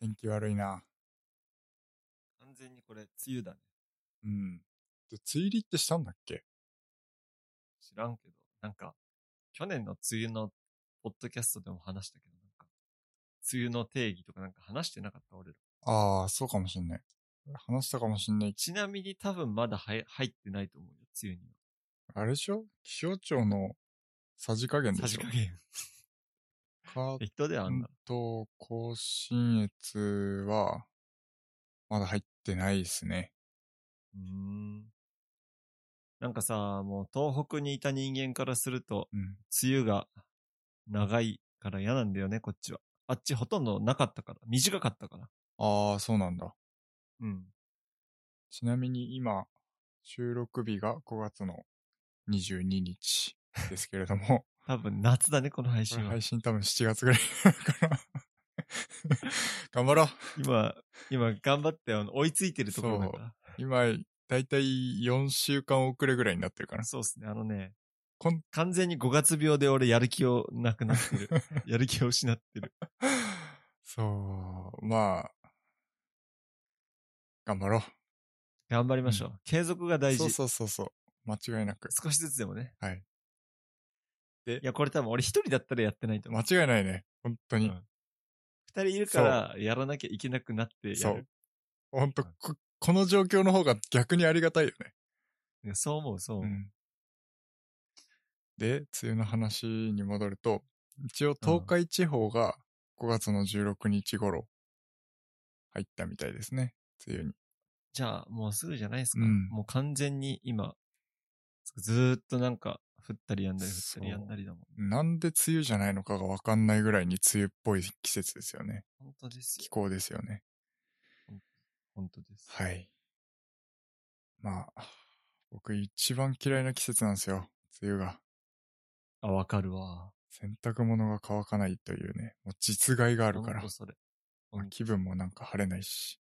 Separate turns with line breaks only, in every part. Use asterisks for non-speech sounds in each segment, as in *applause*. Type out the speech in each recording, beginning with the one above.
天気悪いな。
完全にこれ、梅雨だね。
うん。で、梅雨入りってしたんだっけ
知らんけど、なんか、去年の梅雨の、ポッドキャストでも話したけど、なんか、梅雨の定義とかなんか話してなかった、俺ら。
ああ、そうかもしんない。話したかもしんない。
ちなみに多分まだは入ってないと思うよ、梅雨に
あれでしょ気象庁のさじ加減
は。
で
さ
し
じ
ょ
加減。
関
*laughs* 人ではあんな。
東甲信越は、まだ入ってないですね。
うーん。なんかさ、もう東北にいた人間からすると、
うん。
梅雨が長いから嫌なんだよね、こっちは。あっちほとんどなかったから。短かったから。
ああ、そうなんだ。
うん。
ちなみに今、収録日が5月の22日ですけれども、
多分夏だね、 *laughs* この配
これ
信は
配。信多分7月ぐらいから *laughs* 頑張ろう。
今、今頑張って、あの、追いついてるところだから。
今、だいたい4週間遅れぐらいになってるかな。 *laughs*
そうですね、あのね
こん。
完全に5月病で俺やる気をなくなって
*laughs*
る。やる気を失ってる。
そう、まあ、頑張ろう。
頑張りましょう。継続が大事。
そうそうそうそう。間違いなく。
少しずつでもね。
はい。
で、いや、これ多分俺一人だったらやってないと思
間
う。
違いないね。本当に。
うん二人いるからやらなきゃいけなくなってやる。
そう本当こ、この状況の方が逆にありがたいよね。
いやそう思う、そう思う。
うんで、梅雨の話に戻ると、一応東海地方が5月の16日頃入ったみたいですね。梅雨に。
じゃあ、もうすぐじゃないですか。
うん
もう完全に今、ずーっとなんか、降ったりやんだり、降っ
そ
た
う
りやんだりだもん。
なんで梅雨じゃないのかがわかんないぐらいに梅雨っぽい季節ですよね。
本当です
気
よ。
候ですよね。
本当です。
はい。まあ、僕一番嫌いな季節なんですよ。梅雨が。
あ、わかるわ。
洗濯物が乾かないというね、もう実害があ
あ
るから。
それ。
まあ気分もなんか晴れないし。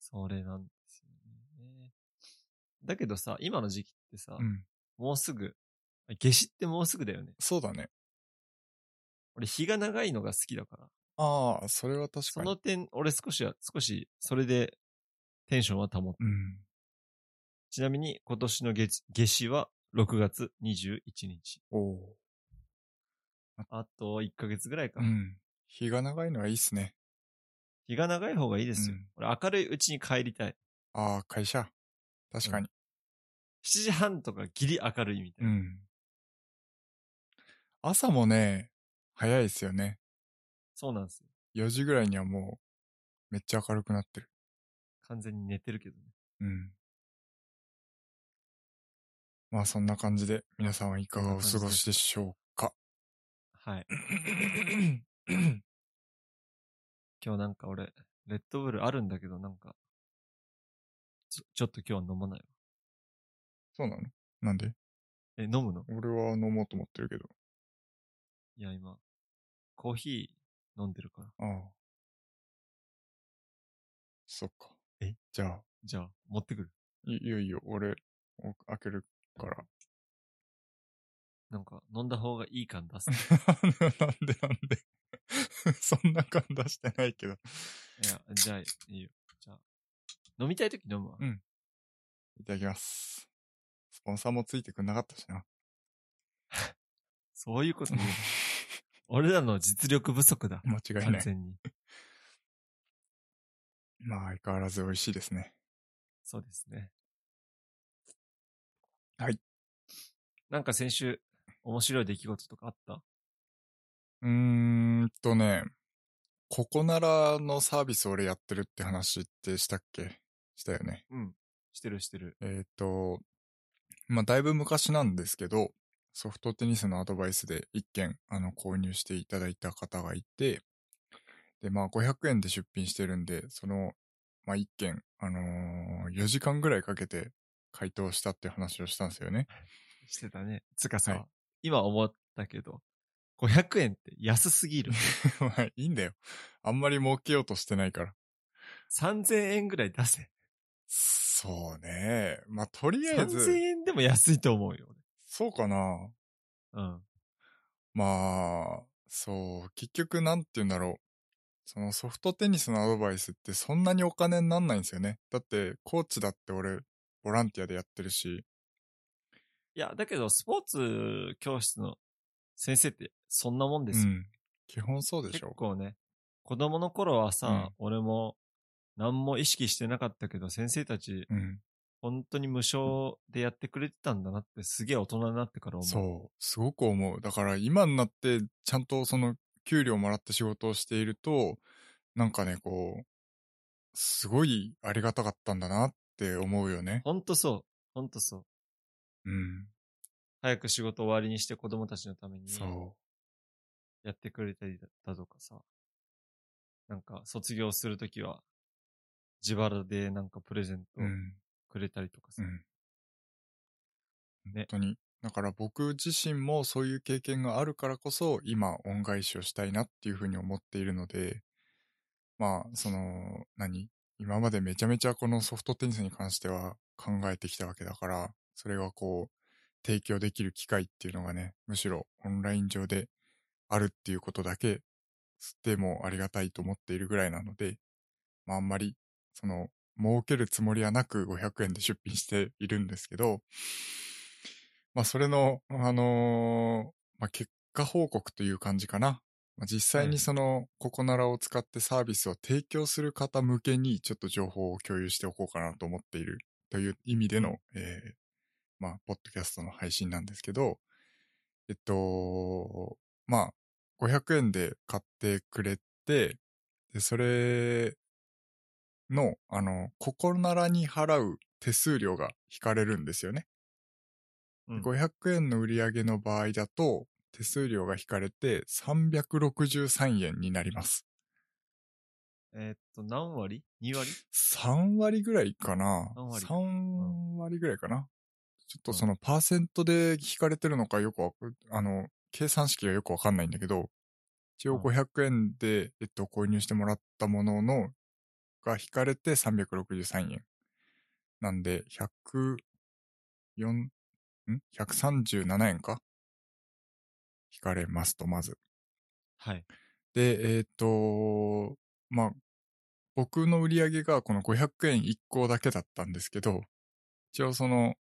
それなんですよね。だけどさ、今の時期ってさ、
うん。
もうすぐ、あ夏至ってもうすぐだよね。
そうだね。
俺、日が長いのが好きだから。
ああ、それは確
そ
かに
の。点、俺少しは、少し、それで、テンションは保っ
うん。
ちなみに、今年の月、夏至は6月21日。
おお。
あと1ヶ月ぐらいか。
うん。日が長いのはいいっすね。
日が長い方がいいですよ。
うん
俺明るいうちに帰りたい。
ああ、会社。確かに。
7時半とかギリ明るいみたいうな。
ん。朝もね、早いですよね。
そうなんですよ。
4時ぐらいにはもう、めっちゃ明るくなってる。
完全に寝てるけどね。
うん。まあそんな感じで、皆さんはいかがお過ごしでしょう *laughs* か。
はい。今日なんか俺、レッドブルあるんだけどなんか、ちょ、ちょっと今日は飲まないわ。
そうなのなんで
え、飲むの
俺は飲もうと思ってるけど。
いや今、コーヒー飲んでるから。
ああ。そっか。
え
じゃあ、
じゃあ、持ってくる。
いいいよいいよ、俺、お開けるから。
なんか、飲んだ方がいい感
*laughs*
出すね。
*laughs* なんでなんで *laughs* そんな感出してないけど。
いや、じゃあ、いいよ。じゃあ、飲みたい時飲むわ。
うんいただきます。スポンサーもついてくんなかったしな。
そういうこと言うの俺らの実力不
*laughs*
足だ。
間違い
完
ない。
全に。
まあ相変わらず美味しいですね。
そうですね。
はい。
なんか先週、面白い出来事とかあった
うーんとね、ここならのサービス俺やってるって話ってしたっけしたよね。
うん。してるしてる。
えっ、と、まあだいぶ昔なんですけど、ソフトテニスのアドバイスで一件、あの、購入していただいた方がいて、で、まあ500円で出品してるんで、その、まあ一件、あのー4時間ぐらいかけて回答したって話をしたんですよね。
してたね。つかさ、
はい
今思ったけど、500円って安す *laughs* ぎる。
*laughs* まあいいんだよ。あんまり儲けようとしてないから。
3000円ぐらい出せ。
そうね。まあ、とりあえ
3000
ず、
円でも安いと思うよ。
そうかな。
俺うん。
まあ、そう、結局なんて言うんだろう。そのソフトテニスのアドバイスってそんなにお金になんないんですよね。だって、コーチだって俺、ボランティアでやってるし、
いや、だけど、スポーツ教室の先生ってそんなもんで
う
すよ。
ん。基本そうでし
結
ょ。
構ね、子供の頃はさ、俺も何も意識してなかったけど、先生たち
うん。
本当に無償でやってくれてたんだなって、すげえ大人になってから思う。
そう、すごく思う。だから今になって、ちゃんとその給料もらって仕事をしていると、なんかね、こう、すごいありがたかったんだなって思うよね。
ほんとそう。ほんとそう。
うん。
早く仕事終わりにして子供たちのために
そ
やってくれたりだとかさ。なんか、卒業するときは、自腹でなんかプレゼント
う。うん。
くれたりとか
う
さ。
ん。本
ね
当に。だから僕自身もそういう経験があるからこそ、今恩返しをしたいなっていうふうに思っているので、まあ、その、何今までめちゃめちゃこのソフトテニスに関しては考えてきたわけだから、それがこう、提供できる機会っていうのがね、むしろオンライン上であるっていうことだけでもありがたいと思っているぐらいなので、まああんまり、その、儲けるつもりはなく500円で出品しているんですけど、まあそれの、あのーまあ結果報告という感じかな。まあ、実際
うん
にそのココナラを使ってサービスを提供する方向けにちょっと情報を共有しておこうかなと思っているという意味での、えーまあ、ポッドキャストの配信なんですけど、えっと、まあ、500円で買ってくれて、で、それの、あの、ココナラに払う手数料が引かれるんですよね。
うん
500円の売り上げの場合だと、手数料が引かれて363円になります。
えーっと、何割 ?2 割
3割ぐらいかな
3割
3割ぐらいかな、ちょっと
うん
そのパーセントで引かれてるのかよくわかあの、計算式がよくわかんないんだけど、一応
うん
500円で、えっと、購入してもらったものの、が引かれて363円。なんで、104、ん ?137 円か引かれますと、まず。
はい。
で、えっ、と、まあ、僕の売り上げがこの500円1個だけだったんですけど、一応その、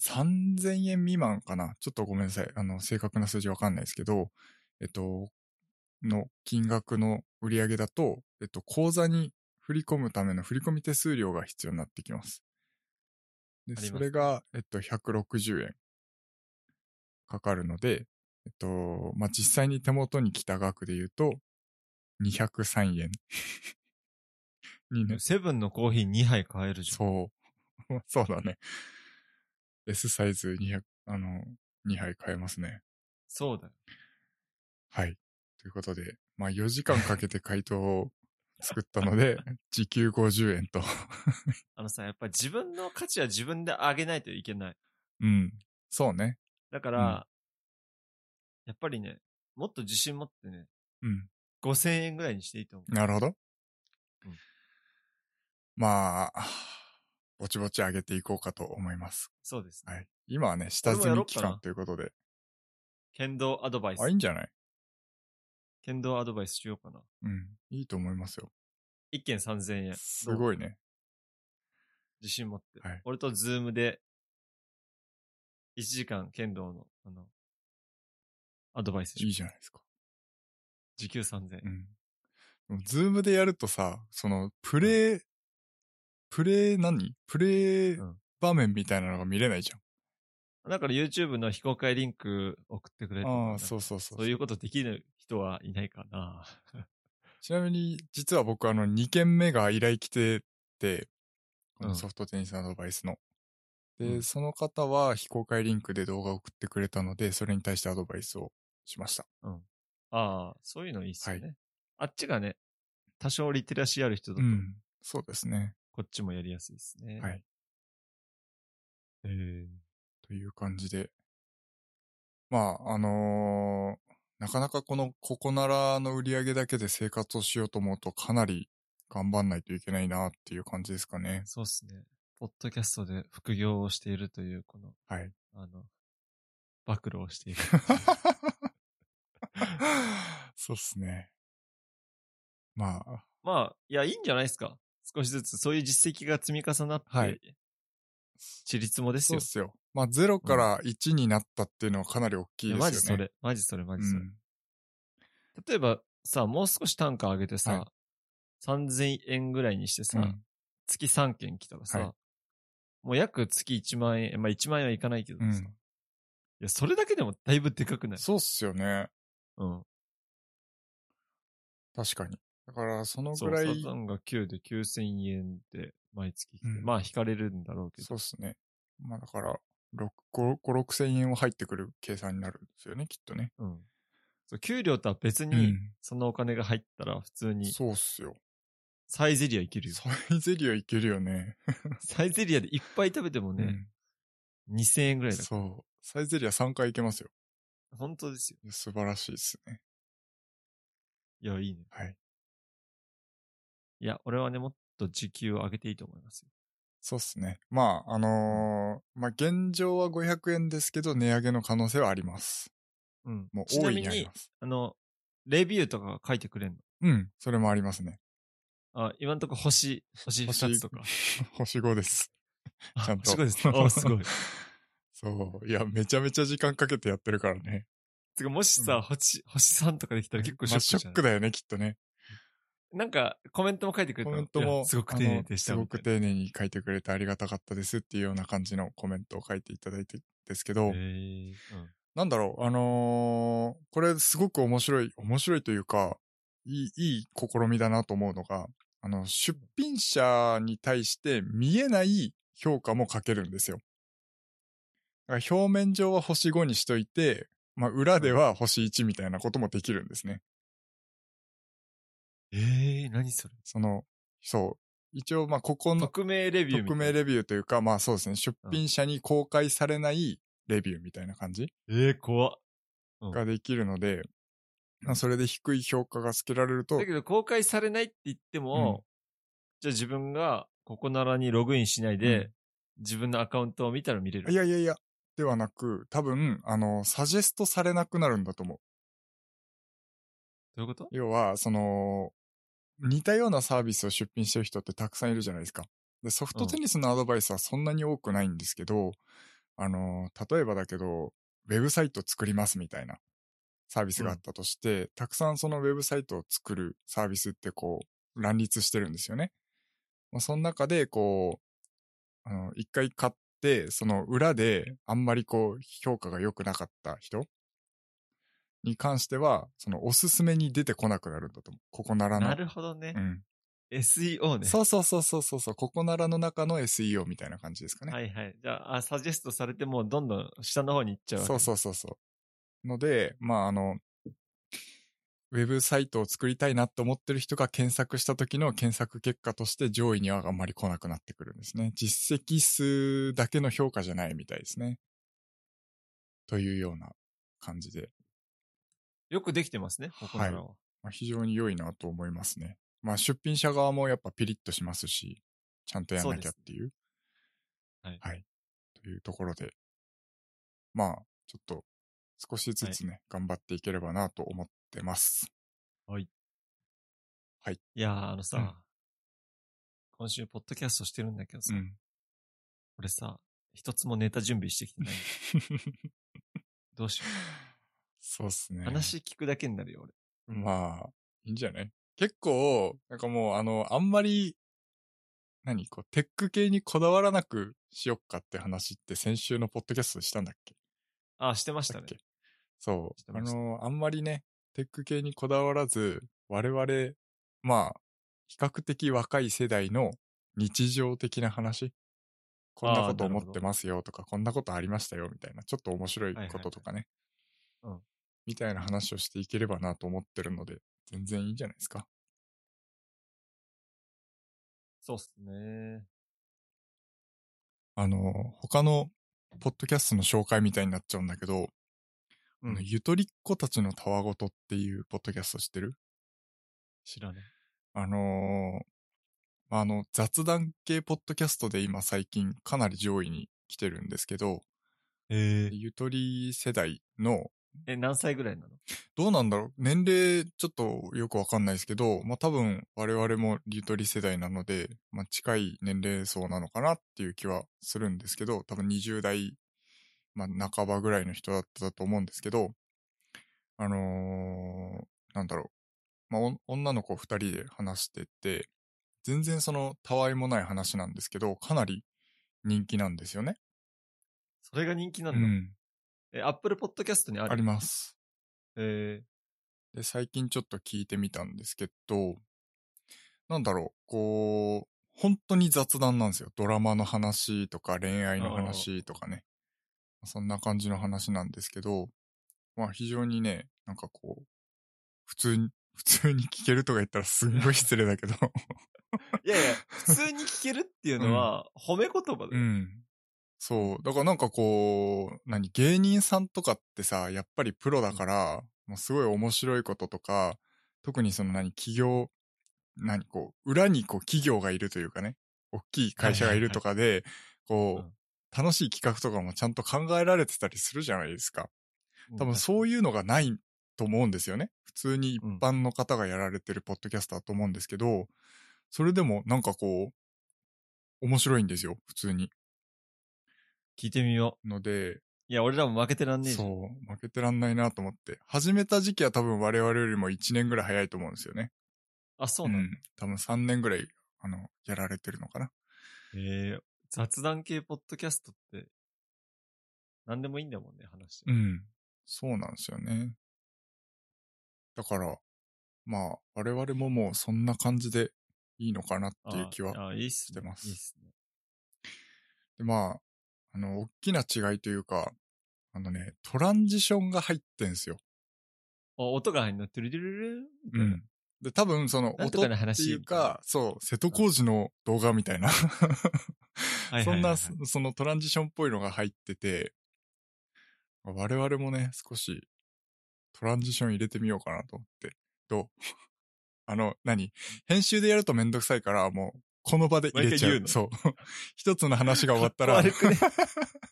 3000円未満かなちょっとごめんなさい。あの、正確な数字わかんないですけど、えっと、の金額の売り上げだと、えっと、口座に振り込むための振り込み手数料が必要になってきます。で、
あります
それが、えっと、160円かかるので、えっと、まあ、実際に手元に来た額で言うと、203円 *laughs* に *laughs* ね、
セブンのコーヒー2杯買えるじゃん。
そう。 *laughs* そうだね。S サイズ200、あの、2杯買えますね。
そうだよ。
はい。ということで、まあ4時間かけて回答を作ったの
*laughs*
で、時給50円と。 *laughs*
あのさ、やっぱり自分の価値は自分で上げないといけない。
うん。そうね。
だから、
うん
やっぱりね、もっと自信持ってね、
うん。
5000円ぐらいにしていいと思う。
なるほど。
うん
まあ、ぼちぼち上げていこうかと思います。
そうです、ね
はい。今はね、下積み期間ということで。
剣道アドバイス
あ、い。いんじゃない
剣道アドバイスしようかな。
うん。いいと思いますよ。
1件3000円。
すご
い。
いね。
自信持って。
はい
俺とズームで、1時間剣道の、あの、アドバイスし
い
よ。
いうじゃないですか。
時給3000円。
うん。でもズームでやるとさ、その、プレイ、プレイ何プレイ
うん
場面みたいなのが見れないじ
だから YouTube の非公開リンク送ってくれ
ゃ
と
ん。
か
ああ
な
ー、
んか
そうそうそう
そういうことできる人はいないかな。
ちなみに、実は僕、あの、2件目が依頼来てて、こ
う
の
ん
ソフトテニスのアドバイスの。
う
で、
ん
その方は非公開リンクで動画を送ってくれたので、それに対してアドバイスをしました。
ああ、そういうのいいっすよね。あっちがね、多少リテラシーある人だ
う
と、
ん。そうですね。
こっちもやりやすいですね。
はい。
えー
という感じで。まあ、あのーなかなかこのココナラの売り上げだけで生活をしようと思うとかなり頑張んないといけないなっていう感じですか
*laughs*
ね。
そうっすね。ポッドキャストで副業をしているという、この、
はい。
あの、暴露をしている。
そうっすね。まあ、
まあ、いや、いいんじゃないですか。少しずつ、そういう実績が積み重なって、
はい
ちりつもです
そう
よ。
っすよ。まあ、0から1になったっていうのはかなり大きい
い
で
や
すよね。
マジそれ、マジそれ、マ
う
ジそれ。
ん。
例えば、さ、もう少し単価上げてさ、
はい
3000円ぐらいにしてさ、
うん
月3件来たらさ、
はい
もう約月1万円、まあ1万円はいかないけどさ、
うん
いや、それだけでもだいぶでかくない
そうっすよね。
うん。
確かに。だから、その
そ
ぐ
う、
ら
サ
い、
タンが9で9000円で毎月来て、
うん
まあ引かれるんだろうけど
そうっすね。まあ、だから、6、5、5 6千円は入ってくる計算になるんですよね、きっとね。
うん。そう給料とは別に、
うん
そのお金が入ったら普通に
そうっすよ。
サイゼリア行けるよ。
サイゼリアいけるよね。
*laughs* サイゼリアでいっぱい食べてもね、2000円ぐ
う
ら
ん
いだか
そう。サイゼリア3回いけますよ。
ら。本当ですよ。
いや素晴らしいですね。
いや、いいね。
はい。
いや、俺はね、もっと時給を上げていいと思いますよ。
そうっすね。まあ、あのーまあ、現状は500円ですけど、値上げの可能性はあります。
うん。
もう
ちな
大
み
いにあり
に
ま、す。
あの、レビューとかが書いてくれんの。
うん、それもありますね。
あ、今んとこ星、星2つとか。
*laughs* 星5です。
あ
ちゃんと。
星5で
*laughs*
す。 *laughs* あ、すごい。。
そう。いや、めちゃめちゃ時間かけてやってるからね。
つか、もし
う
さ、
ん
星、星3とかできたら結構シ
ま
ョ
あ
ック
シ
じ
ョッ
ゃない
クだよね、きっとね。
なんか、コメントも書いてくれ
コ
たの
メント
いや
も、
すごく丁寧でした
あの
み
すご
たい
く
な。
丁寧に書いてくれてありがたかったですっていうような感じのコメントを書いていただいてですけど、
へーうん
なんだろう、あのーこれすごく面白い、面白いというか、いい、いい試みだなと思うのが、あの、出品者に対して見えない評価もかけるんですよ。だから表面上は星5にしといて、まあ、裏では星1みたいなこともできるんですね。
えー、何それ
その、そう。一応、まあ、ここの
匿名レビューみた
匿
いな。
名レビューというか、まあそうですね、出品者に公開されないレビューみたいな感じ
えー、怖っ。
ができるので、まあ、それで低い評価がつけられると
だ、けど、公開されないって言っても、じゃあ自分が、ここならにログインしないで、
う
自分のアカウントを見たら見れる。
いやいやいや、ではなく、多分、あの、サジェストされなくなるんだと思う。
どういうこと
要は、その、似たようなサービスを出品してる人ってたくさんいるじゃないですか。で、ソフトテニスのアドバイスはそんなに多くないんですけど、あの、例えばだけど、ウェブサイト作りますみたいなサービスがあったとして、たくさんそのウェブサイトを作るサービスってこう、乱立してるんですよね。まあ、その中で、こう、あの、一回買って、その裏であんまりこう、評価が良くなかった人に関しては、そのおすすめに出てこなくなるんだと思う。ここならの。
なるほどね
う。ん。
SEO ね。
そうそうそうそうそうそう、ここならの中の SEO みたいな感じですかね。
はいはい。じゃああ、サジェストされても、どんどん下の方に行っちゃうわけ。
そうそうそうそう。ので、まあ、あの、ウェブサイトを作りたいなと思ってる人が検索した時の検索結果として上位にはあんまり来なくなってくるんですね。実績数だけの評価じゃないみたいですね。というような感じで、
よくできてますね、ここならは。
まあ、非常に良いなと思いますね。まあ出品者側もやっぱピリッとしますし、ちゃんとやんなきゃっていう。
そうです
というところで、まあちょっと少しずつね、頑張っていければなと思ってます。
いやー、あのさ、
うん
今週、ポッドキャストしてるんだけど
う
さ、
ん。 *laughs*
俺さ、一つもネタ準備してき
*laughs*
てない。どうしよ
そうっす
う。
ね。
話聞くだけになるよ、俺。
まあ、いいんじゃない結構、なんかもう、あの、あんまり、何こう、テック系にこだわらなくしよっかって話って先週のポッドキャストでしたんだっけ
あ、してまし
した
た
っ
ね
け。そ
して
う。あ
ました
の、あんまりね、テック系にこだわらず、我々、まあ、比較的若い世代の日常的な話。こんな
あー
こと
なる
思
ほど
ってますよとか、こんなことありましたよみたいな、ちょっと面白い
はいはい
こととかね。
うん
みたいな話をしていければなと思ってるので、全然いいんじゃないですか。
そうっすね。
あの、他のポッドキャストの紹介みたいになっちゃうんだけど、
う
あの
ん。
ゆとりっ子たちのたわごとっていうポッドキャスト知ってる
知らない。
あのーまああの、雑談系ポッドキャストで今最近かなり上位に来てるんですけど、
ええ
ゆとり世代の
え、何歳ぐらいなの
どうなんだろう年齢ちょっとよくわかんないですけど、まあ多分我々もリトリ世代なので、まあ近い年齢層なのかなっていう気はするんですけど、多分20代、まあ半ばぐらいの人だったと思うんですけど、あのーなんだろう。まあお女の子2人で話してて、全然そのたわいもない話なんですけど、かなり人気なんですよね。
それが人気な
うん
だ。
ん。
え、Apple Podcast にある
あります。
え
で、最近ちょっと聞いてみたんですけど、なんだろう、こう、本当に雑談なんですよ。ドラマの話とか恋愛の話とかね。そんな感じの話なんですけど、まあ非常にね、なんかこう、普通に、普通に聞けるとか言ったらすんごい失礼だけど、
ーいやいや、普通に聞けるっていうのは、褒め言葉だ
う
よ。
ん。そう。だからなんかこう、何、芸人さんとかってさ、やっぱりプロだから、もうすごい面白いこととか、特にその何、企業、何、こう、裏にこう企業がいるというかね、大きい会社がいるとかで、こ
うん
う、楽しい企画とかもちゃんと考えられてたりするじゃないですか。多分
う
そ
ん。
ういうのがないと思うんですよね。普通に一般の方がやられてるポッドキャストだと思うんですけど、それでもなんかこう、面白いんですよ、普通に。
聞いてみよ
ので、
う。いや、俺らも負けてらんねえじゃん。
そう、負けてらんないなと思って。始めた時期は多分我々よりも1年ぐらい早いと思うんですよね。
あ、そうなんだ。
ん多分3年ぐらい、あの、やられてるのかな。
えー雑談系ポッドキャストって、何でもいいんだもんね、話して。
うん。そうなんですよね。だから、まあ、我々ももうそんな感じでいいのかなっていう気は
ああ、いいっす
し
ね。
てます
いいっすね。
で、まあ、あの、大きな違いというか、あのね、トランジションが入ってんすよ。
あ、音が入んの、トゥルルルルンみたいな。。
で、多分その
なんと
音っ
かの
て
話
い
み
う
たいな
か、そう、瀬戸康史の動画みたいな。
はいはいはいはい
そんな、そそのトランジションっぽいのが入ってて、我々もね、少しトランジション入れてみようかなと思って。どう *laughs* あの、何編集でやるとめんどくさいから、もう、この場で入れちゃ
毎回言う
う。
の
そう。 *laughs* 一つの話が終わったら、
悪くね。
*laughs*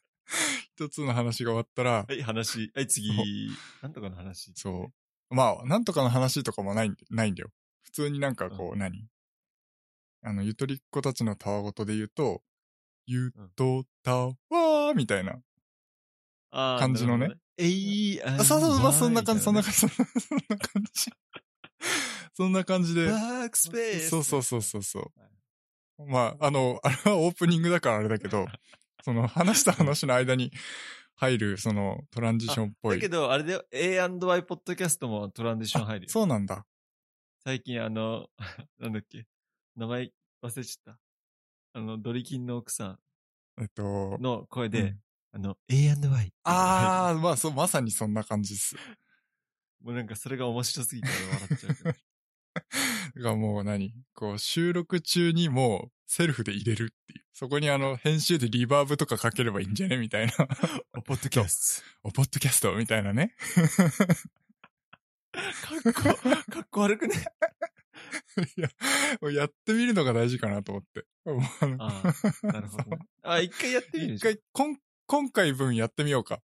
一つの話が終わったら、
はい、話。はい、次。なんとかの話。
そう。まあ、なんとかの話とかもないんないんだよ。普通になんかこう、何あの、ゆとりっ子たちのたわごとで言うと、ゆとたわーみたいな。
あー
感じのね。
なるほどえいー、あ
あ、そうそう、まあ、そんな感じ、そんな
じ。
感じ、そんな感じ。 *laughs* そんな感じで。
ワークスペース
そうそうそうそうそう。
は
まあ、あの、あれはオープニングだからあれだけ
*laughs*
ど、その話した話の間に入る、そのトランジションっぽい。
だけど、あれで A&Y ポッドキャストもトランジション入るよ。
そうなんだ。
最近あの、 *laughs* なんだっけ。名前忘れちゃった。あの、ドリキンの奥さ
えっと
ん、の声
う
で
ん、
あの、A&Y。
ああ、まあ、そう、まさにそんな感じっす。
もうなんかそれが面白すぎて俺笑っちゃう
*laughs*
けど。
がもう何こう収録中にもうセルフで入れるっていう。そこにあの編集でリバーブとかかければいいんじゃねみたいな。 *laughs*
おポッドキャス
お、ポッドキャストみたいなね。
ト。かっこ、かっこ悪くね。
いや、もうやってみるのが大事かなと思って。 *laughs* もうあの
ああ、なるほど
*laughs*
ね。あ、一回やってみる
一
じゃん
回、こん、今回分やってみようか。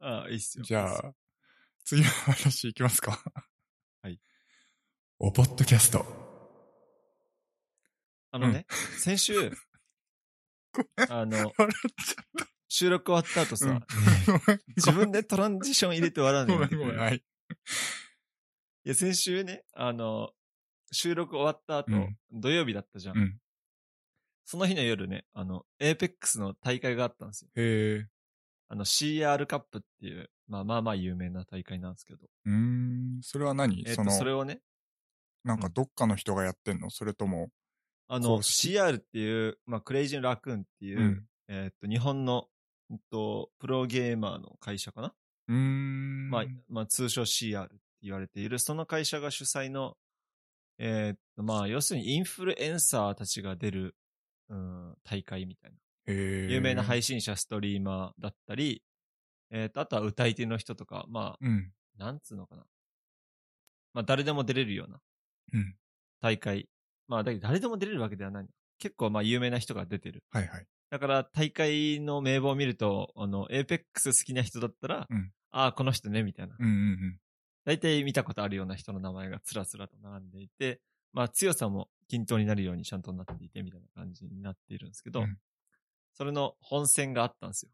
あいいっすよ。
じ
いいっす
ゃあ、
よ
次の話いきます *laughs* か。
はい。
お、ポッドキャスト。
あのね、先
*laughs*
週、あの、
*laughs* 笑っちゃっ
収録終わった後さ、 *laughs*
うん
ね
た。ごめん
自分でトランジション入れて笑うの
ご
や
めんご
めてく
め
れ
ん。はい。
いや、先週ね、あの、収録終わった後、
うん
土曜日だったじゃん,、
うん
その日の夜ね、あの、エーペックスの大会があったんですよ。
へえ。
あの、CR カップっていう、まあまあまあ有名な大会なんですけど。
うーん。それは何
えっ
そ
と、
の、
それをね、
なんかどっかの人がやってんのそれとも、
あの、
公式
CR っていう、まあ、クレイジーラクーンっていう、
うん
えっと、日本の、うんと、プロゲーマーの会社かな
うーん。
まあ、まあ、通称 CR って言われている、その会社が主催の、えーっと、まあ、要するにインフルエンサーたちが出る、うん、大会みたいな。
へー
有名な配信者、ストリーマーだったり、えーっと、あとは歌い手の人とか、ま
うん。
あ、なんつうのかな。まあ、誰でも出れるような
うん。
大会。まあ、だけど誰でも出れるわけではない。結構、まあ、有名な人が出てる。
はいはい。
だから大会の名簿を見ると、あの、エーペックス好きな人だったら、
うん
ああ、この人ね、みたいな。
うんうん
大体見たことあるような人の名前がつらつらと並んでいて、まあ強さも均等になるようにちゃんとなっていてみたいな感じになっているんですけど、
うん
それの本戦があったんですよ。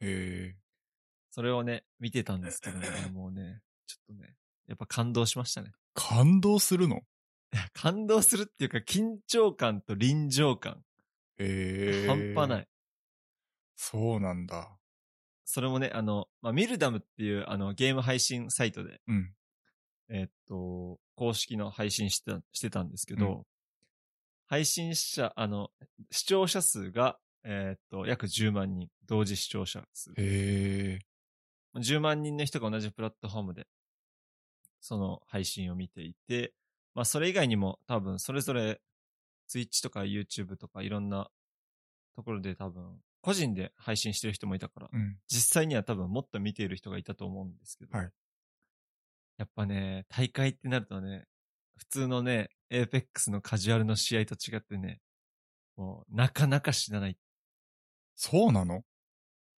うん。へ
それをね、見てたんです
*laughs*
けどね、もうね、ちょっとね、やっぱ感動しましたね。 *laughs*
ー、感動するの
感動するっていうか緊張感と臨場感。
へー。。
半端ないい。
そうなんだ。
それもね、あの、まあ、ミルダムっていうあのゲーム配信サイトで、
うん。
えっと、公式の配信してたしてたんですけど、
う
配信者、あの、視聴者数が、えっと、約10万人、同時視聴者数。
へ
10万人の人が同じプラットフォームで、その配信を見ていて、まあ、それ以外にも多分、それぞれ、Twitch とか YouTube とかいろんなところで多分、個人で配信してる人もいたから
ー。、うん。
実際には多分もっと見ている人がいたと思うんですけど、
はい
やっぱね、大会ってなるとね、普通のね、エーペックスのカジュアルの試合と違ってね、もうなかなか死なない。
そうなの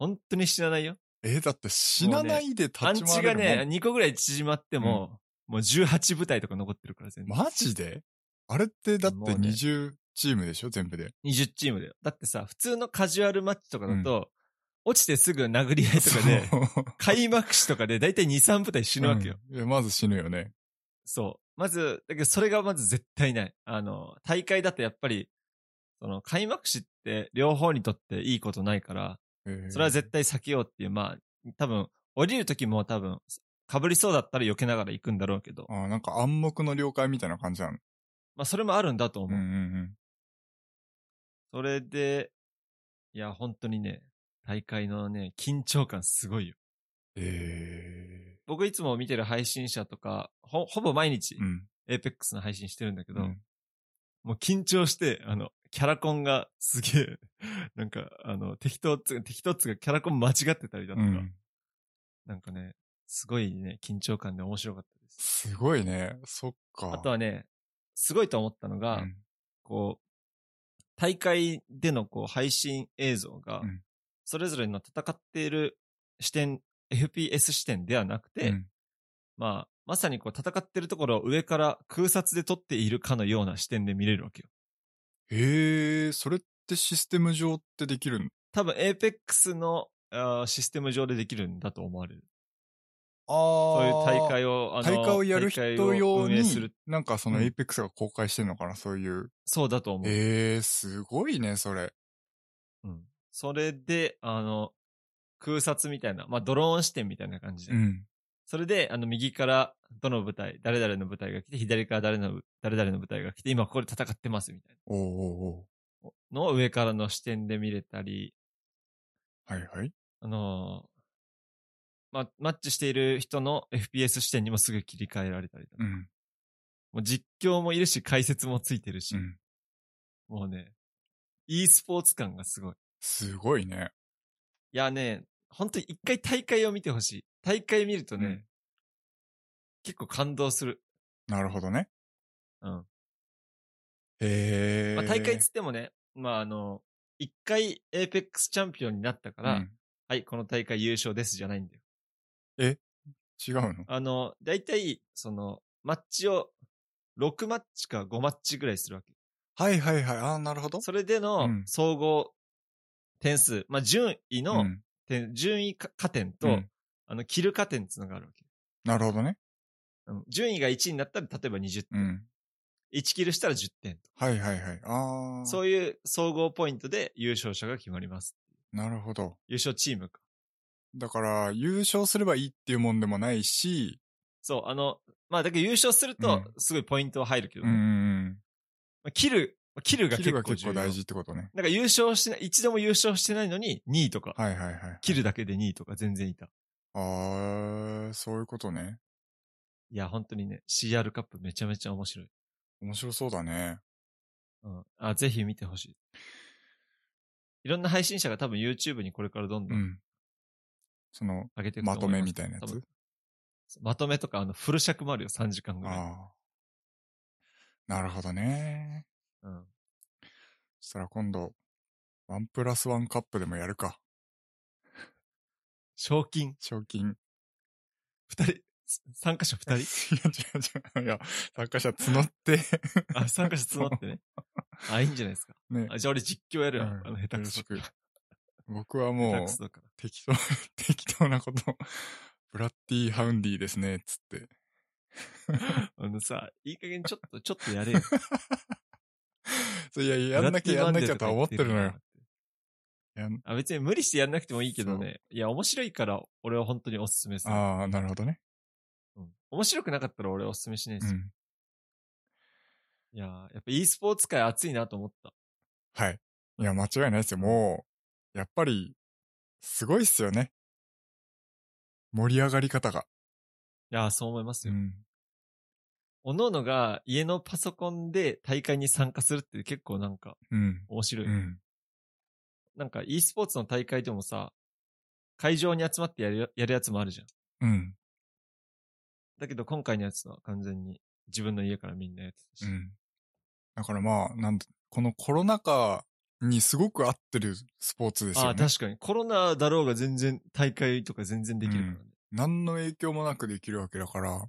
本当に死なないよ。
えー、だって死なないで立
アン
ち
チ
回
が
れるもん
ね、2個ぐらい縮まっても、もう18部隊とか残ってるから全然。
マジであれってだって
もうね
20チームでしょ全部で。
20チームだよ。だってさ、普通のカジュアルマッチとかだと、落ちてすぐ殴り合いとかで、
そう
開幕式とかでだいたい2、3部隊死ぬわけよ。
うんいやまず死ぬよね。
そう。まず、だけどそれがまず絶対ない。あの、大会だとやっぱり、その開幕式って両方にとっていいことないから、それは絶対避けようっていう、まあ、多分、降りる時も多分、被りそうだったら避けながら行くんだろうけど、
あーなんか暗黙の了解みたいな感じなの。
まあそれもあるんだと
うん
思
う
う。
んうん。
それで、いや、本当にね、大会のね、緊張感すごいよ。
え
僕いつも見てる配信者とか、ほ、ほぼ毎日
ー。う、ん。
APEX の配信してるんだけど、
うん
もう緊張して、あの、キャラコンがすげえ、 *laughs* なんか、あの、適当っつう、適当っつうかキャラコン間違ってたりだと
う
か、
ん。
なんかね、すごいね、緊張感で面白かったです。
すごいね。そっか。
あとはね、すごいと思ったのが、
うん
こう、大会でのこう配信映像が
うん、
それぞれの戦っている視点、FPS 視点ではなくて、
うん
まあ、まさにこう戦ってるところを上から空撮で撮っているかのような視点で見れるわけよ。
へえー、それってシステム上ってできるの
多分 APEX のあーシステム上でできるんだと思われる。
あ
そういう
あ
大会を、あの
大会をやる人用
大会を運営
に
する。、
なんかそうの
ん
APEX が公開してんのかな、そういう。
そうだと思う。
ええー、すごいね、それ。
うんそれで、あの、空撮みたいな、まあ、ドローン視点みたいな感じで。
うん。
それで、あの、右からどの舞台、誰々の舞台が来て、左から誰の、誰々の舞台が来て、今ここで戦ってますみたい
おうおうおう
なのを上からの視点で見れたり、
はいはい。
あのーまあ、マッチしている人の FPS 視点にもすぐ切り替えられたりだとか
うん。
もう実況もいるし、解説もついてるし、
うん。
もうね、e スポーツ感がすごい。
すごいね。
いやね、本当に一回大会を見てほしい。大会見るとね、
うん
結構感動する。
なるほどね。
うん。
へえー。
まあ、大会つってもね、まああの、一回 APEX チャンピオンになったから、
うん
はい、この大会優勝ですじゃないんだよ。
違うの
あの、大体、その、マッチを、6マッチか5マッチぐらいするわけ。
はいはいはい。ああ、なるほど。
それで
う
の
ん
総合点数、まあ、順位の
うん
点、順位か加点と、
うん
あの、キル加点っていうのがあるわけ。
なるほどね。
うん順位が1になったら、例えば20
う
点。
ん。
1キルしたら10点。
はいはいはい。ああ。
そういう総合ポイントで優勝者が決まります。
なるほど。
優勝チームか。
だから、優勝すればいいっていうもんでもないし、
そう、あの、まあ、だけど優勝する
う
と
ん、
すごいポイントは入るけど、
うんう
ま
ん
あキル、まあキル
うん。
が
キ
結
ルが
構
結構
重要
大事ってことね。
なんか優勝してない、一度も優勝してないのに2位とか、
はいはいはい。
キルだけで2位とか全然いた。
ああ、そういうことね。
いや、本当にね、CR カップめちゃめちゃ面白い。
面白そうだね。
うん。あ、ぜひ見てほしい。いろんな配信者が多分 YouTube にこれからどんど
うんん。その、
上げていくと
ま
思
と
います
めみたいなや
多
つ
分まとめとか、あの、フル尺もあるよ、3時間ぐらい。
ああ。なるほどね。
うん。
そしたら今度、ワンプラスワンカップでもやるか。
賞金。
賞金。
二人、参加者二
*laughs*
人
いや、違う違う。いや、参加者募って、
あ、参加者集まってね。あ、いいんじゃないですか。
ね。
あ、じゃあ俺実況やるよ。
うん
あの、下手くそ。
よろし僕は
下
も
手
う
く、そだから。
適当、 *laughs* 適当なこと、ブラッディハウンディですね、つって。
あのさ、いい加減ちょっと、ちょっとやれよ。
そうい *laughs* や、やんなきゃやんなきゃとは思ってるのよ。。やん
あ、別に無理してやんなくてもいいけどね。いや、面白いから俺は本当におすすめする。
ああ、なるほどね。
うん面白くなかったら俺はおすすめしないで
う
すよ。
ん。
いやー、やっぱ e スポーツ界熱いなと思った。
はい。いや、間違いないですよ。もう、やっぱり、すごいっすよね。盛り上がり方が。
いやー、そう思います
う
よ。
ん。
各々が家のパソコンで大会に参加するって結構なんか
うん。
面白い。
うん。
なんか e スポーツの大会でもさ、会場に集まってやるやるやつもあるじゃん。
うん。
だけど今回のやつは完全に自分の家からみんなやってたし。
うん。だからまあ、なんだこのコロナ禍にすごく合ってるスポーツです
あ
よ
あ、
ね。
確かに。コロナだろうが全然大会とか全然できるからね。
何の影響もなくできるわけだから、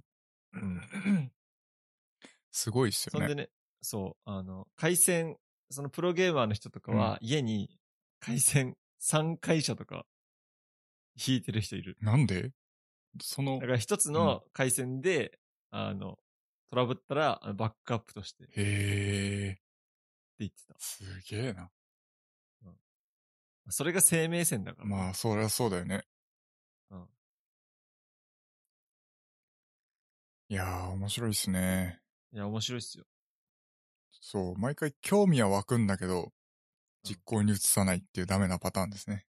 すごいっす
そ
よ
んで
ね。
ね、そう、あの、回線、そのプロゲーマーの人とかは、家に回線3回車とか、引いてる人いる。
なんでその
だか、ら一つの回線で、あの、トラブったら、あのバックアップとしてって
へえ、
言ってた。
すげえな。
それが生命線だから。
まあ、そりゃそうだよね。
うん
いやー、面白いっすね。
いや、面白いっすよ。
そう、毎回興味は湧くんだけど、実行に移さないっていうダメなパターンですね。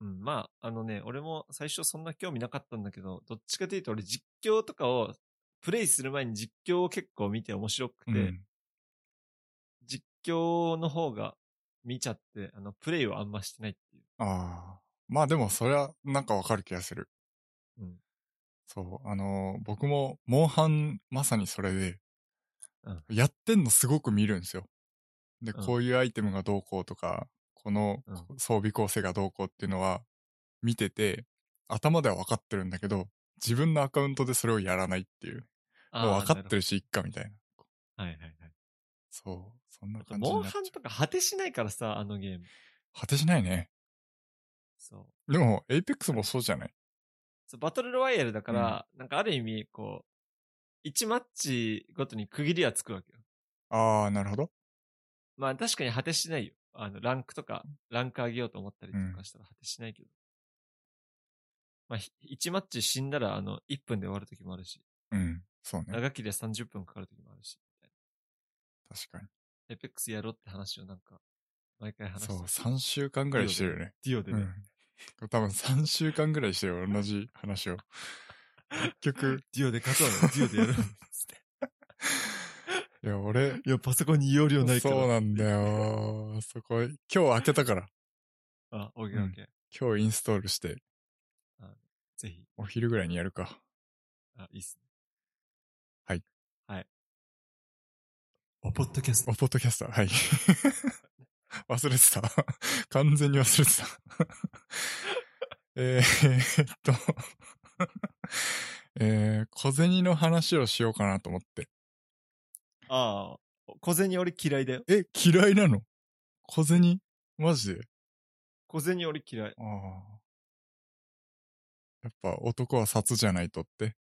うん、まあ、あのね、俺も最初そんな興味なかったんだけど、どっちかというと俺実況とかを、プレイする前に実況を結構見て面白くて、
うん。
実況の方が見ちゃって、あの、プレイをあんましてないっていう。
ああ。まあでも、そりゃ、なんかわかる気がする。
うん。
そう、あのー僕も、モンハン、まさにそれで、
うん
やってんのすごく見るんですよ。で、
うん
こういうアイテムがどうこうとか、この
うん
装備構成がどうこうっていうのは、見てて、頭では分かってるんだけど、自分のアカウントでそれをやらないっていう。
あ
もう
あ
分かって
る
るし、いっかみたいな。
ほど。はいはいはい。
そう、そんな感じ
モ
に
ン
なっちゃ
ハンとか果てしないからさ、あのゲーム。
う。果てしないね。
そう。
でも、エイペックスもそうじゃない
そうバトルロワイヤルだから、なんかある意味、こう、1マッチごとに区切りはつくわけよ。
ああ、なるほど。
まあ確かに果てしないよ。あの、ランクとか、ランク上げようと思ったりとかしたら果てしないけど。まあ、ひ1マッチ死んだら、あの、1分で終わる時もあるし、
うん、そうね。
長きりは30分かかる時もあるし、
確かに。
エペックスやろうって話をなんか、毎回話して
そう、
る
3週間ぐらいしてるよね。
ディオでね。
うん、多分3週間ぐらいしてよ、同じ話を。結局、
ディオで勝つわね。ディオでやる。
いや、俺、
*laughs* いや、パソコンに容量ない *laughs* から。
そうなんだ。よ。そこ、今日開けたから、
あ、オッケーオッケー。
今日インストールして、
ぜひ。
お昼ぐらいにやるか。
あ、いいっすね。
はい。
はい。お、ポッドキャス
あ、。ポッドキャスター、はい。 *laughs* 忘れてた。完全に忘れてた。えー、っと、えー、小銭の話をしようかなと思って。
ああ、小銭俺嫌いだよ。
え、嫌いなの小銭マジで
小銭俺嫌い。
ああ。やっぱ男は札じゃないとって。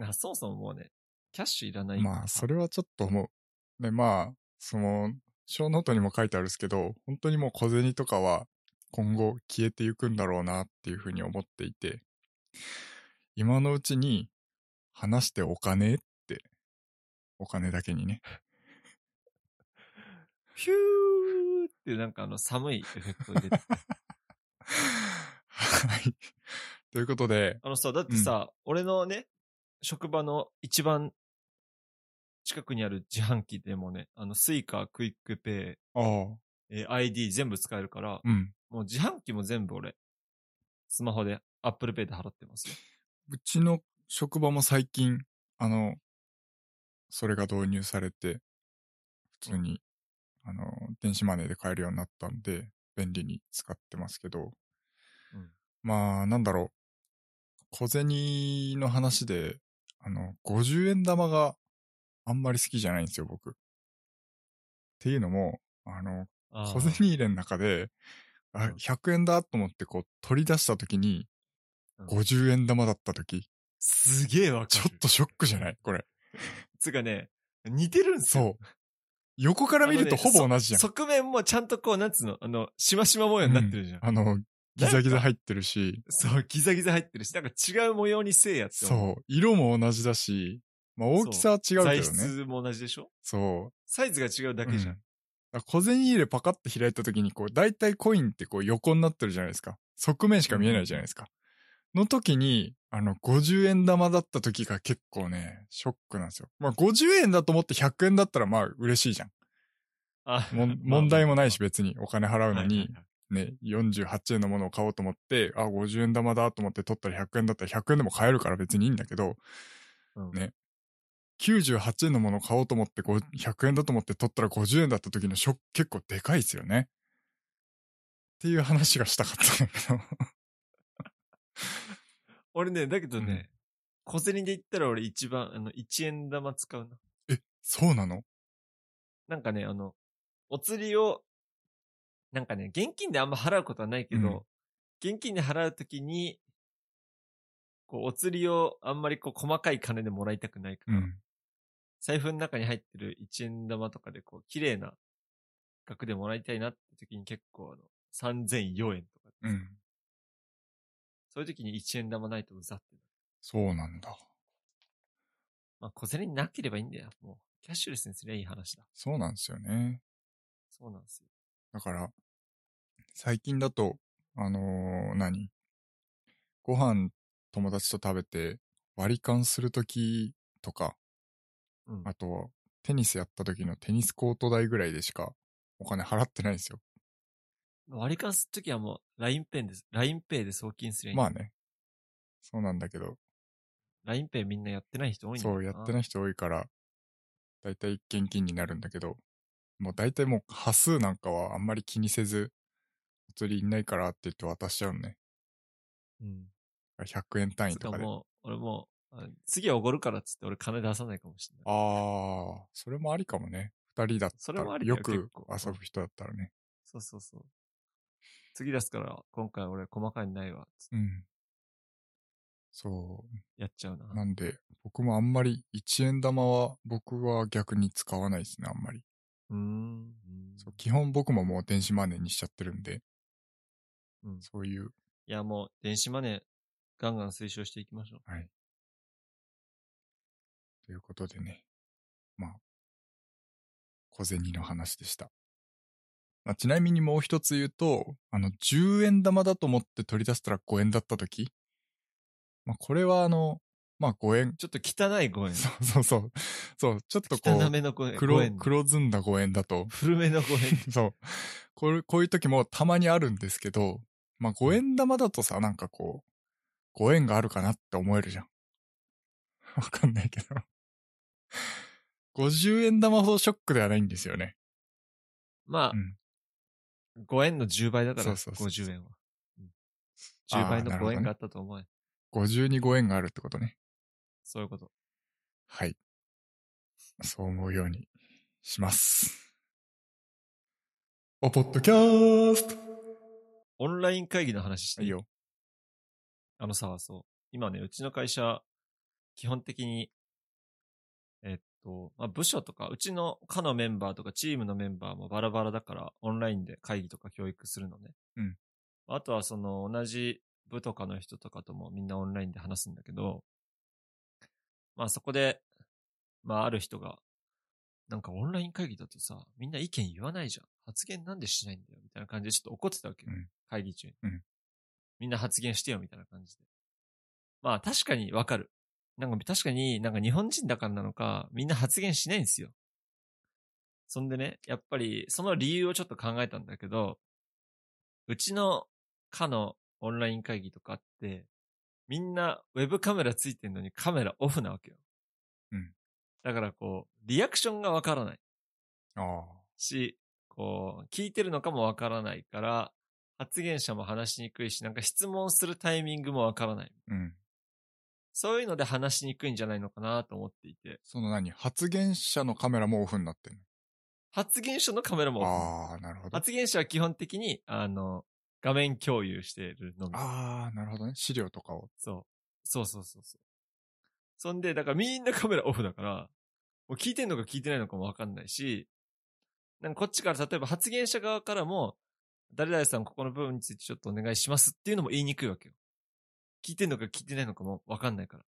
あそもそももうね、キャッシュいらない。
まあ、それはちょっと思う。で、まあ、その、小ノートにも書いてあるんですけど、本当にもう小銭とかは今後消えていくんだろうなっていうふうに思っていて、今のうちに話してお金って、お金だけにね。 *laughs*
ヒューってなんかあの寒いエフェクト
*laughs*
入れて。
はい。ということで、
あのさ、だってさ、俺のね、職場の一番近くにある自販機でもね、あの、スイカ、クイックペ
ああ、
イ、えー ID 全部使えるから、
うん。
もう自販機も全部俺、スマホで Apple Pay で払ってますよ。
うちの職場も最近、あの、それが導入されて、普通に、あの、電子マネーで買えるようになったんで、便利に使ってますけど、
うん
まあ、なんだろう。小銭の話で、あの、50円玉があんまり好きじゃないんですよ、僕。っていうのも、あの、
あー
小銭入れの中で、あ
うん
100円だと思ってこう取り出した時に、
うん
50円玉だった時、
すげえわか
ち
る。
ょっとショックじゃない
*laughs*
これ。
つうかね、似てるんすよ。
そう。横から見ると
あのね
ほぼ同じ
*laughs*
じゃん。
側面もちゃんとこう、なんつうの、あの、しましま模様になってるじゃん。
あの、ギザギザ入ってるし、
そう、ギザギザ入ってるし、なんか違う模様にせえやって思う。
そう、色も同じだし、まあ大きさは違うけ
材
どね。
質も同じでしょ
そ
サイズが違うだ
う。う
け
ん
じゃ
だ
ん。
から小銭入れパカッて開いた時にこう、大体コインってこう横になってるじゃないですか。側面しか見えないじゃないですか。の時に、あの、50円玉だった時が結構ね、ショックなんですよ。まあ50円だと思って100円だったらまあ嬉しいじゃん。
あ
も
*laughs* まあ
ん問題もないし別にお金払うの
はい
に
はいはい
ね、48円のものを買おうと思って、あ、50円玉だと思って取ったら100円だったら100円でも買えるから別にいいんだけど、
うん
ね98円のものを買おうと思ってこう100円だと思って取ったら50円だった時のショック結構でかいですよね。っていう話がしたかったんだ
*laughs*
けど。
俺ね、だけどね、小銭で言ったら俺一番、あの、1円玉使うな。
そうなの
なんかね、あの、お釣りを、なんかね、現金であんま払うことはないけど、現金で払うときに、こう、お釣りをあんまりこう、細かい金でもらいたくないか
う
ら、
ん。
財布の中に入ってる1円玉とかでこう、綺麗な額でもらいたいなって時に結構あの、3004円とか、
うん。
そういう時に1円玉ないとうざってなる。
そうなんだ。
まあ、小銭なければいいんだよ。もう、キャッシュレスにすりゃいい話だ。
そうなんですよね。
そうなんですよ。
だから、最近だと、あのー何ご飯友達と食べて割り勘するときとか、
うん。
あとは、テニスやった時のテニスコート代ぐらいでしかお金払ってないんですよ。
割り勘するときはもう、LINE ペンです。LINE ペイで送金すりゃいい。
まあね。そうなんだけど、
LINE ペイみんなやってない人多いんだ
そうやって
い。
ない人多いから、だいたい現金になるんだけど、もうだいたいもう端数なんかはあんまり気にせず、お釣りいないからって言って渡しちゃうのね。
うん。
100円単位
つう
と
か
かで。あ
もう、俺もう、あ次はおごるからっつって俺金出さないかもしれない。
あー、それもありかもね。二人だった
それも
ら
あ、りだ
よ
よ
く
結構
遊ぶ人だったらね。
そうそうそう。次出すから、今回俺細かいのないわ。つって
うん。そう。
やっちゃうな。
なんで、僕もあんまり1円玉は僕は逆に使わないですね、あんまり。
うーん。
そう基本僕ももう電子マネーにしちゃってるんで、
うん。い
そういう、
や、もう、電子マネー、ガンガン推奨していきましょう。
はい。ということでね、まあ、小銭の話でした。まあ、ちなみにもう一つ言うと、あの、10円玉だと思って取り出したら5円だった時、まあ、これはあの、まあ5円、
ちょっと汚い5
*laughs*
円。
そうそうそう、そう、ちょっとこ
汚
う、
めの5円。5
黒、
円。
黒ずんだ5円だと、
古めの5
*laughs*
円。
そう。これ、こういう時もたまにあるんですけど、まあ、五円玉だとさ、なんかこう、ご縁があるかなって思えるじゃん。 *laughs* わかんないけど。50円玉ほどショックではないんですよね。
まあ、
うん
5円の10倍だから、
そうそうそう
50円は。うん
あー
10倍の
なるほど
5
ね
円があったと思え。
50にご縁があるってことね。
そういうこと。
はい。そう思うようにします。おポッドキャースト
オンライン会議の話して
いい
いい
よ。
あのさ、そう。今ね、うちの会社、基本的に、えっと、まあ、部署とか、うちの課のメンバーとかチームのメンバーもバラバラだから、オンラインで会議とか教育するのね。
うん。
あとは、その、同じ部とかの人とかともみんなオンラインで話すんだけど、まあそこで、まあある人が、なんかオンライン会議だとさ、みんな意見言わないじゃん。発言なんでしないんだよ、みたいな感じでちょっと怒ってたわけよ。
うん
会議中に。
うん
みんな発言してよ、みたいな感じで。まあ確かにわかる。なんか確かになんか日本人だからなのか、みんな発言しないんですよ。そんでね、やっぱりその理由をちょっと考えたんだけど、うちの課のオンライン会議とかって、みんなウェブカメラついてんのにカメラオフなわけよ。
うん。
だからこう、リアクションがわからない
あ
し、こう、聞いてるのかもわからないから、発言者も話しにくいし、なんか質問するタイミングもわからない。
あ。うん。
そういうので話しにくいんじゃないのかなと思っていて、
その何発言者のカメラもオフになってん
発言者のカメラも
の
オフ
ああ、なるほど。あ
*laughs* 発言者は基本的に、あの、画面共有しているのみ。
あー、なるほどね。資料とかを。
そう。そうそうそうそう。そんで、だからみんなカメラオフだから、もう聞いてんのか聞いてないのかもわかんないし、なんかこっちから例えば発言者側からも、誰々さんここの部分についてちょっとお願いしますっていうのも言いにくいわけよ。聞いてんのか聞いてないのかもわかんないから。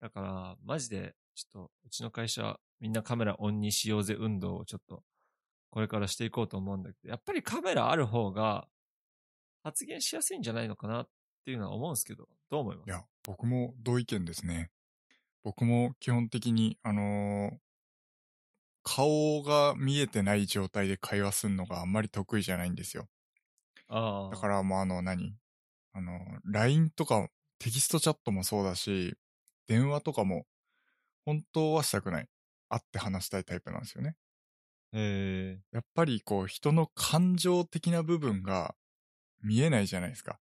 だから、マジで、ちょっと、うちの会社、みんなカメラオンにしようぜ運動をちょっと、これからしていこうと思うんだけど、やっぱりカメラある方が、発言しやすいんじゃないのかなっていうのは思うんですけど、どう思いま
い
す
や、僕も同意見ですね。僕も基本的に、あのー顔が見えてない状態で会話するのがあんまり得意じゃないんですよ。
ああ。
だからもうあの何あの、LINE とかテキストチャットもそうだし、電話とかも本当はしたくない。会って話したいタイプなんですよね。
へえ。
やっぱりこう人の感情的な部分が見えないじゃないですか。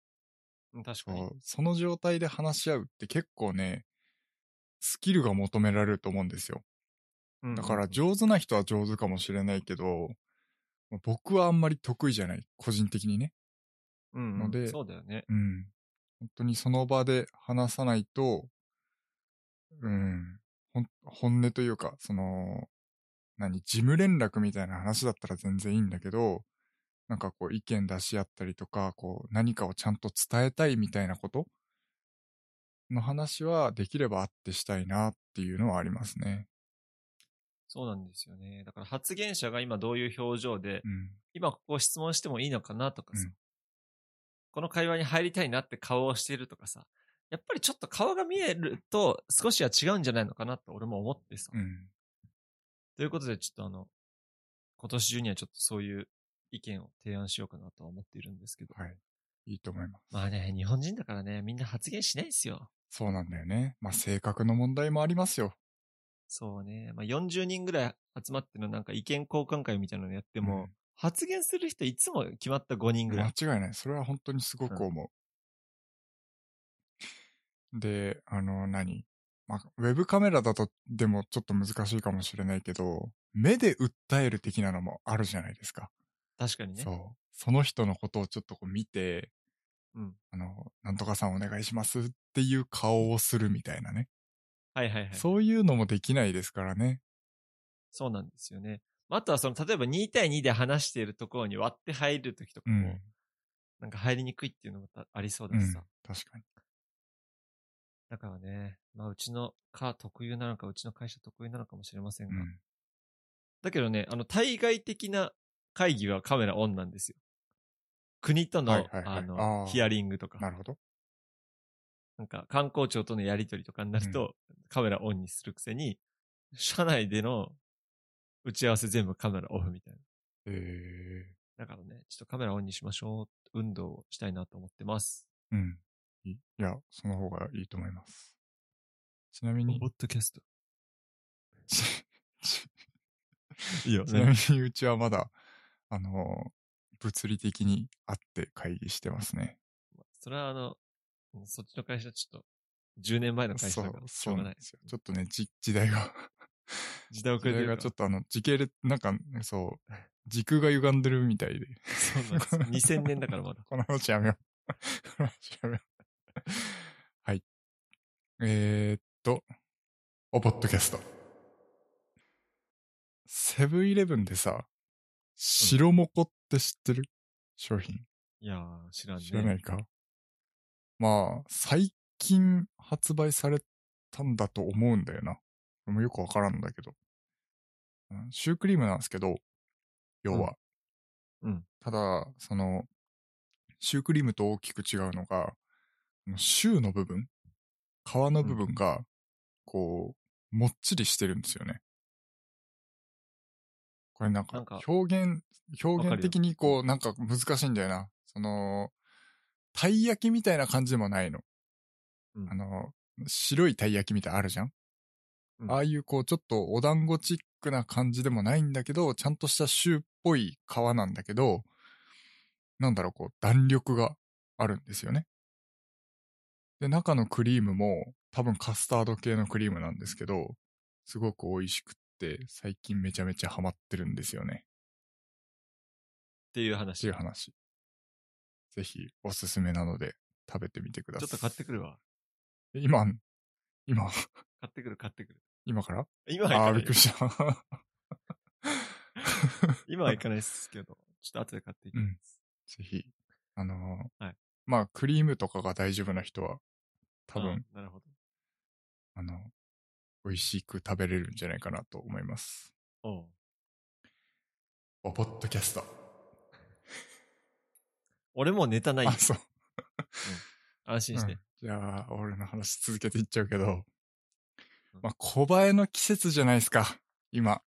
確かに
こ。うその状態で話し合うって結構ね、スキルが求められると思うんですよ。
うん
だから上手な人は上手かもしれないけど、僕はあんまり得意じゃない。個人的にね。
うんうん
ので
そうだよね。
うん。本当にその場で話さないと、うん。ほん、本音というか、その、何、事務連絡みたいな話だったら全然いいんだけど、なんかこう意見出し合ったりとか、こう何かをちゃんと伝えたいみたいなことの話はできればあってしたいなっていうのはありますね。
そうなんですよね。だから発言者が今どういう表情で、
うん。
今ここ質問してもいいのかなとかさ、
うん
この会話に入りたいなって顔をしているとかさ、やっぱりちょっと顔が見えると少しは違うんじゃないのかなと俺も思ってさ。
うん。
ということでちょっとあの、今年中にはちょっとそういう意見を提案しようかなとは思っているんですけど。
はい。いいと思います。
まあね、日本人だからね、みんな発言しないんですよ。
そうなんだよね。まあ性格の問題もありますよ。
そうね。まあ、40人ぐらい集まってのなんか意見交換会みたいなのやっても、
うん
発言する人いつも決まった5人ぐらい。
間違いない。それは本当にすごく思う。で、あの、何まあ、ウェブカメラだと、でもちょっと難しいかもしれないけど、目で訴える的なのもあるじゃないですか。
確かにね。
そう。その人のことをちょっとこう見て、
うん。
あの、なんとかさんお願いしますっていう顔をするみたいなね。
はいはいはい。そう
そういうのもできないですからね。
なんですよね。まああとはその、例えば2対2で話しているところに割って入るときとか
う
も、
ん。
なんか入りにくいっていうのもたありそう
う
だし
ん
さ。。
確かに。
だからね、まあうちのか特有なのか、うちの会社特有なのかもしれません
う
が。
ん。
だけどね、あの、対外的な会議はカメラオンなんですよ。国との、
はいはいはい
あ
あ
の、
ー
ヒアリングとか。
なるほど。
なんか観光庁とのやりとりとかになると、カメラオンにするくせに、社内での打ち合わせ全部カメラオフみたい
えー、
な。だからね、ちょっとカメラオンにしましょう。運動をしたいなと思ってます。
うん。いいや、その方がいいと思います。ちなみに、
ッドキャスト。
*laughs* ちち
いいよ、
*laughs* ちなみ
ね。
にうちはまだ、あのー物理的に会って会議してますね。
それはあの、うんそっちの会社ちょっと、10年前の会社
そ
だ
う
から、、し
そう
ょう
な
が
ん
ない
で。すよ。ちょっとね、じ時代が、
時代遅
時
れて
代
るか
が
ら。
ちょっとあの、時系列、なんか、そう、時空が歪んでるみたいで。
そう *laughs* なんです。2000年だからまだ。
この話やめよう。 *laughs* この話やめよう。はい。えー、っと、おポッドキャスト。セブンイレブンでさ、白モコって知ってる、商品。
いやー、知らんね。
知らないか。まあ、最近発売されたんだと思うんだよな。これもよくわからんんだけど。うんシュークリームなんですけど、要は。
うんうん
ただ、その、シュークリームと大きく違うのが、あのシューの部分、皮の部分が、こう、もっちりしてるんですよね。これなん
な
か
んか、
表現表
わか
現
るよ
的にこう、なんか難しいんだよな。その、たい焼きみたいな感じでもないの。
うん
あの、白いたい焼きみたいなのあるじゃん、
うん
ああいうこう、ちょっとお団子チックな感じでもないんだけど、ちゃんとしたシューっぽい皮なんだけど、なんだろう、こう、弾力があるんですよね。で、中のクリームも多分カスタード系のクリームなんですけど、すごく美味しくって、最近めちゃめちゃハマってるんですよね。
てい
っ
う話。
て
ち
い
ょ
う話。ぜひおすすめなので食べてみてください。
っと買ってくるわ。
今、今、
買ってくる、買ってくる。
今から
今は行
ああ
か
ー、
な
びっ
い
くりした。 *laughs*
今は行かないですけど、ちょっと後で買っていきます。
ぜひ、あのー
はい
まあ、クリームとかが大丈夫な人は、多分、
あ。なるほど。
あの、美味しく食べれるんじゃないかなと思います。
おう
あ、ポッドキャスト。
俺もうネタないよ
あ、。そう。
安心して。
うんじゃあ、俺の話続けていっちゃうけど
うん、
まあ、小映えの季節じゃないですか、今。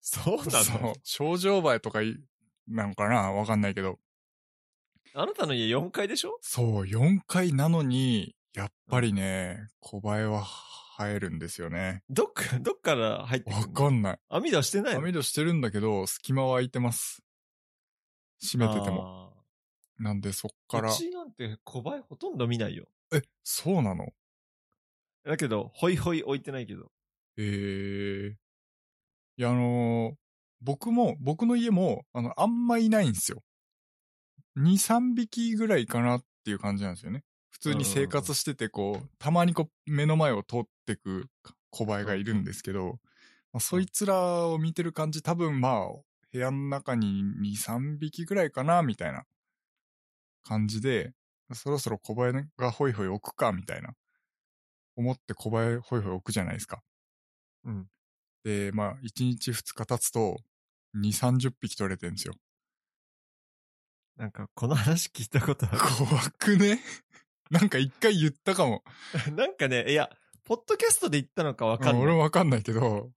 そうな
そう
の
症状映えとかい、なのかなわかんないけど。
あなたの家4階でしょ
そう、4回なのに、やっぱりね、小映えは生えるんですよね。
どっか、どっから入ってく
わ
るの
かんない。
網戸はしてないの
網戸してるんだけど、隙間は空いてます。閉めてても。
も。
なんでそっ
あー
から
う。ちなんて小映えほとんど見ないよ。
え、そうなの
だけど、ホイホイ置いてないけど。
えー。いや、あのー僕も、僕の家も、あの、あんまいないんですよ。2、3匹ぐらいかなっていう感じなんですよね。普通に生活してて、こう、たまにこう、目の前を通ってく小バエがいるんですけど、まあ、そいつらを見てる感じ、多分まあ、部屋の中に2、3匹ぐらいかな、みたいな感じで、そろそろ小バエがホイホイ置くか、みたいな。思って小バエホイホイ置くじゃないですか。
うん。
で、まあ、1日2日経つと、2、30匹取れてるんですよ。 *laughs*
なんか、この話聞いたことある。
怖くね *laughs* なんか一回言ったかも。 *laughs*
なんかね、いや、ポッドキャストで言ったのかわかん
うん
ない。
俺もわかんないけど、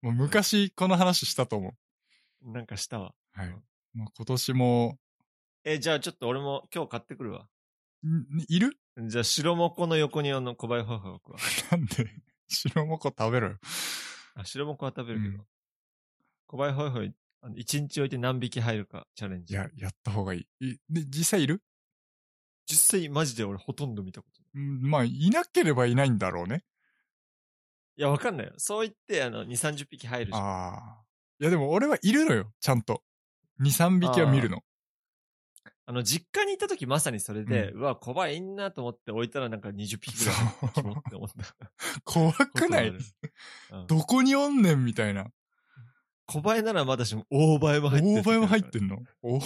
もう昔この話したと思う。
なんかしたわ。
はい
うん。
まあ、今年も、
え、じゃあちょっと俺も今日買ってくるわ。
んいる *laughs*
じゃあ白モコの横にあの小林ホイホイ置くわ。
なんで、白モコ食べろよ。
あ、白モコは食べるけど。
う
小林ホイホイ、あの、一日置いて何匹入るかチャレン
い
ジ。
や、やった方がいい。いで、実際いる
実際マジで俺ほとんど見たことない。
うんまあ、いなければいないんだろうね。
いや、わかんないよ。そう言って、あの、2、30匹入るじゃん。
ああ。いや、でも俺はいるのよ、ちゃんと。2、3匹は見るの。
あの、実家に行った時まさにそれで、うわ、小林いんなと思って置いたらなんか20匹ぐ
そ
らい。キ
う
モっ。て *laughs* 思った。
怖くな
ことがあ
い
るうん
どこにおんねんみたいな。
小林ならまだしも、大映えも入ってる。
大映えも入ってんの大映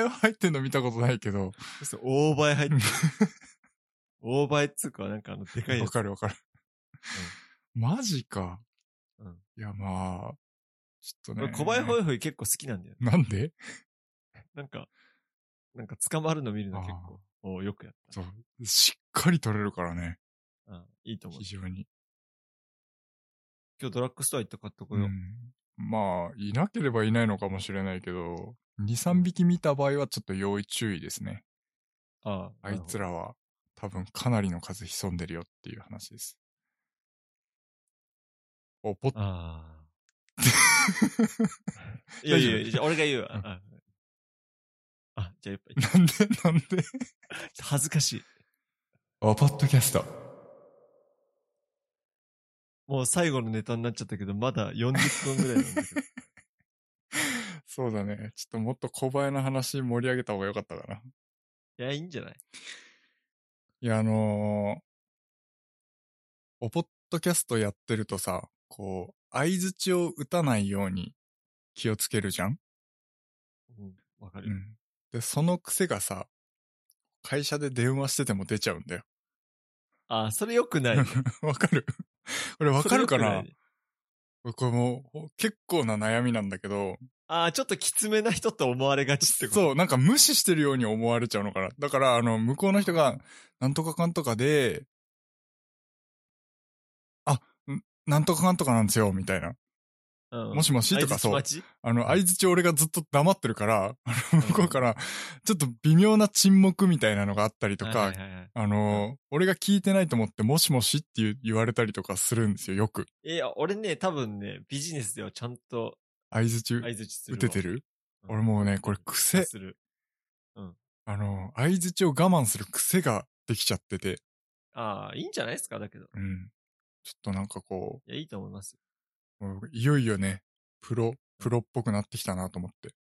えは入ってんの見たことないけど。
そう大映え入ってる。大映えっつうか、なんかあの、でかいや
わ
つ。
かるわかる。マジか。
うん
いや、まあ、ちょっと
俺
ね。
小林ホイホイ結構好きなんだよね。
なんで
なんか、なんか捕まるの見るの結構、およくやった。
そう。しっかり取れるからね。
うん、いいと思う
非。常に。
今日ドラッグストア行って買ってこ
う
よう。
ん。まあ、いなければいないのかもしれないけど、2、3匹見た場合はちょっと要注意ですね。
ああ、
あいつ
ら。
らは多分かなりの数潜んでるよっていう話です。お、 *laughs* ポッ、
ああ。いやいやいやじゃあ俺が言うわ。
うん
ああ、じゃあやっぱり、
なんで *laughs* なんで
恥ずかしい。
お、ポッドキャスト。
もう最後のネタになっちゃったけど、まだ40分ぐらいなん
*laughs*
だけど。
そうだね。ちょっともっと小林の話盛り上げた方が良かったかな。
いや、いいんじゃない
いや、あのーおポッドキャストやってるとさ、こう、相づちを打たないように気をつけるじゃん
うん、わか
う
るよ。
ん。で、その癖がさ、会社で電話してても出ちゃうんだよ。 *laughs*
ああ、それよくない。
わかる *laughs* これわかるか
それ良
な
くい
これもう結構な悩みなんだけど、
ああ、ちょっときつめな人と思われがちってこと。
そう、なんか無視してるように思われちゃうのかな。だから、あの、向こうの人が、なんとかかんとかで、あ、んなんとかかんとかなんですよ、みたいな。
う。ん、
もしもしとかそう
相槌待ち
あの、相づち俺がずっと黙ってるから、あの向こうから、ちょっと微妙な沈黙みたいなのがあったりと
は
か
い、はいはいはい
あの、俺が聞いてないと思って、もしもしって言う言われたりとかするんですよ、よく。
いや、俺ね、多分ね、ビジネスではちゃんと
相づち
相づちする
打て
わ。
てる
うん
俺もうね、これ癖、
する。
あの、相づちを我慢する癖がってきちゃってて、
ああ、いいんじゃないですか、だけど。
うん。ちょっとなんかこ
いや、いいと思いますよ。
う、もういよいよね、プロ、プロっぽくなってきたなと思って、ポ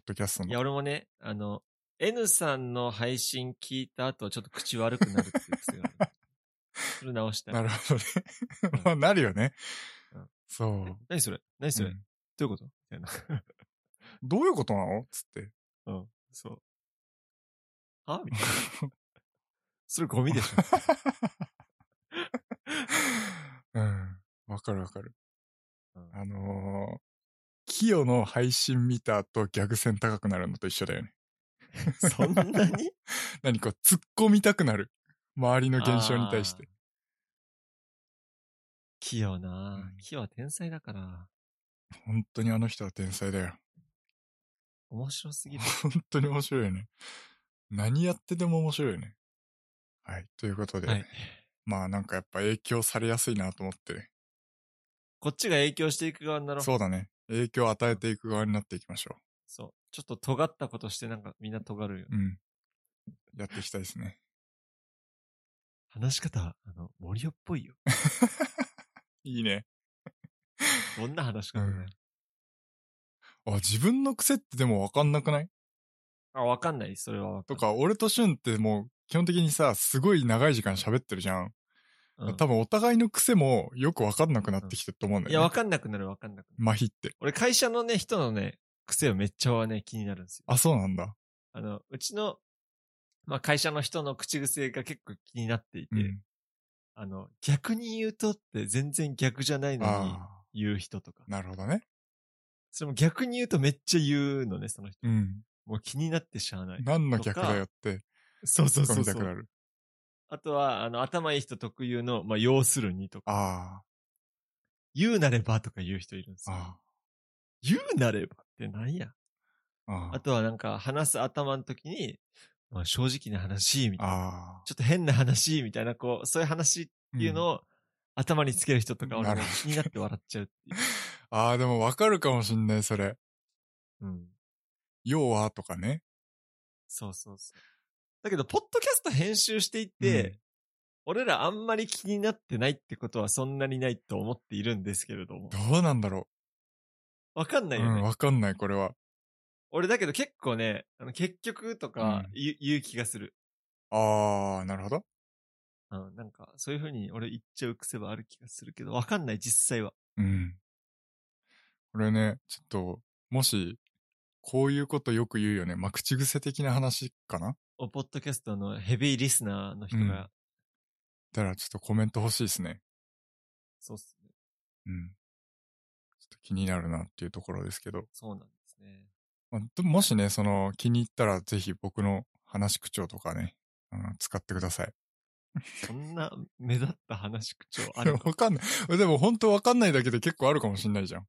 ッドキャスト
いや、
の。
俺もね、あの、N さんの配信聞いた後、ちょっと口悪くなるっていう癖がある。それ直したい。
なるほどね
う
*laughs*
ん。
まあ、なるよね
うん。
そう。
何それ何それ、
うん
どういうことみ
*laughs*
たいな。
どういうことなのつって。
うん。そう。はみたいな。 *laughs* それゴミでし
*laughs*
ょ。
*laughs* うん。わかるわかる。
うん
あのー、キヨの配信見た後逆線高くなるのと一緒だよね。
そんなに
何か突っ込みたくなる。周りの現象に対して。。
器用な
うん
器用は天才だから、
本当にあの人は天才だよ。
面白すぎる。
本当に面白いよね。何やってても面白いよね。はい。ということで、
はい。
まあなんかやっぱ影響されやすいなと思って、
こっちが影響していく側になろう。
そうだね。影響を与えていく側になっていきましょ
そう。ちょっと尖ったことしてなんかみんな尖るよ。
う。うん。やっていきたいですね。
話し方、あの、森尾っぽいよ。
いいね。
どんな話し方だよ。
あ、自分の癖ってでもわかんなくない
あ、わかんない。それはわ
と
んない
か、俺とシュンってもう基本的にさ、すごい長い時間喋ってるじゃん。
うん
多分お互いの癖もよくわかんなくなってきてると思うんだ
い
よね。
や、わかんなくなる、わかんなくなる。
麻痺って。
俺、会社のね、人のね、癖をめっちゃはね、気になるんですよ。
あ、そうなんだ。
あの、うちの、まあ、会社の人の口癖が結構気になっていて、
うん。
あの、逆に言うとって全然逆じゃないのに
あ
言う人とか。
あ、なるほどね。
それも逆に言うとめっちゃ言うのね、その人。
うん。
もう気になってしゃあない。
何の逆だよって、
そうそ
突っ
う
込
そう
み
そ
たくな
う。
る。
あとは、あの、頭いい人特有の、まあ、要するにとか、
あ
言うなればとか言う人いるんです
あ、
よ。
あ
言うなればってなんや。
あ、あ
あとはなんか、話す頭の時に、まあ、正直な話、みたいな。
あ。
ちょっと変な話、みたいな、こう、そういう話っていうのを頭につける人とか、俺
なる
も
ほど
気になって笑っちゃうっていう。
ああ、でもわかるかもしんない、それ。 *laughs*
うん。
要はとかね。
そうそうそう。だけど、ポッドキャスト編集していって、
うん
俺らあんまり気になってないってことはそんなにないと思っているんですけれども
ど。うなんだろ
わかん
う。
ないうよね。
ん、わかんない、これは。
俺だけど結構ね、あの結局とか
うん
言,、う言う気がする。
ああ、なるほど。
うん、なんか、そういう風に俺言っちゃう癖はある気がするけど、わかんない、実際は。
うん。これね、ちょっと、もし、こういうことよく言うよね。まあ、口癖的な話かな
おポッドキャストのヘビーリスナーの人が、
うんだからちょっとコメント欲しいですね。
そうっすね。
うん。ちょっと気になるなっていうところですけど。
そうなんですね。
まあ、でももしね、その、気に入ったらぜひ僕の話し口調とかね、うん、使ってください。
そんな目立った話口調あ
で
*laughs* る
も
か
*laughs* わかんない。でも本当わかんないだけで結構あるかもしんないじゃん。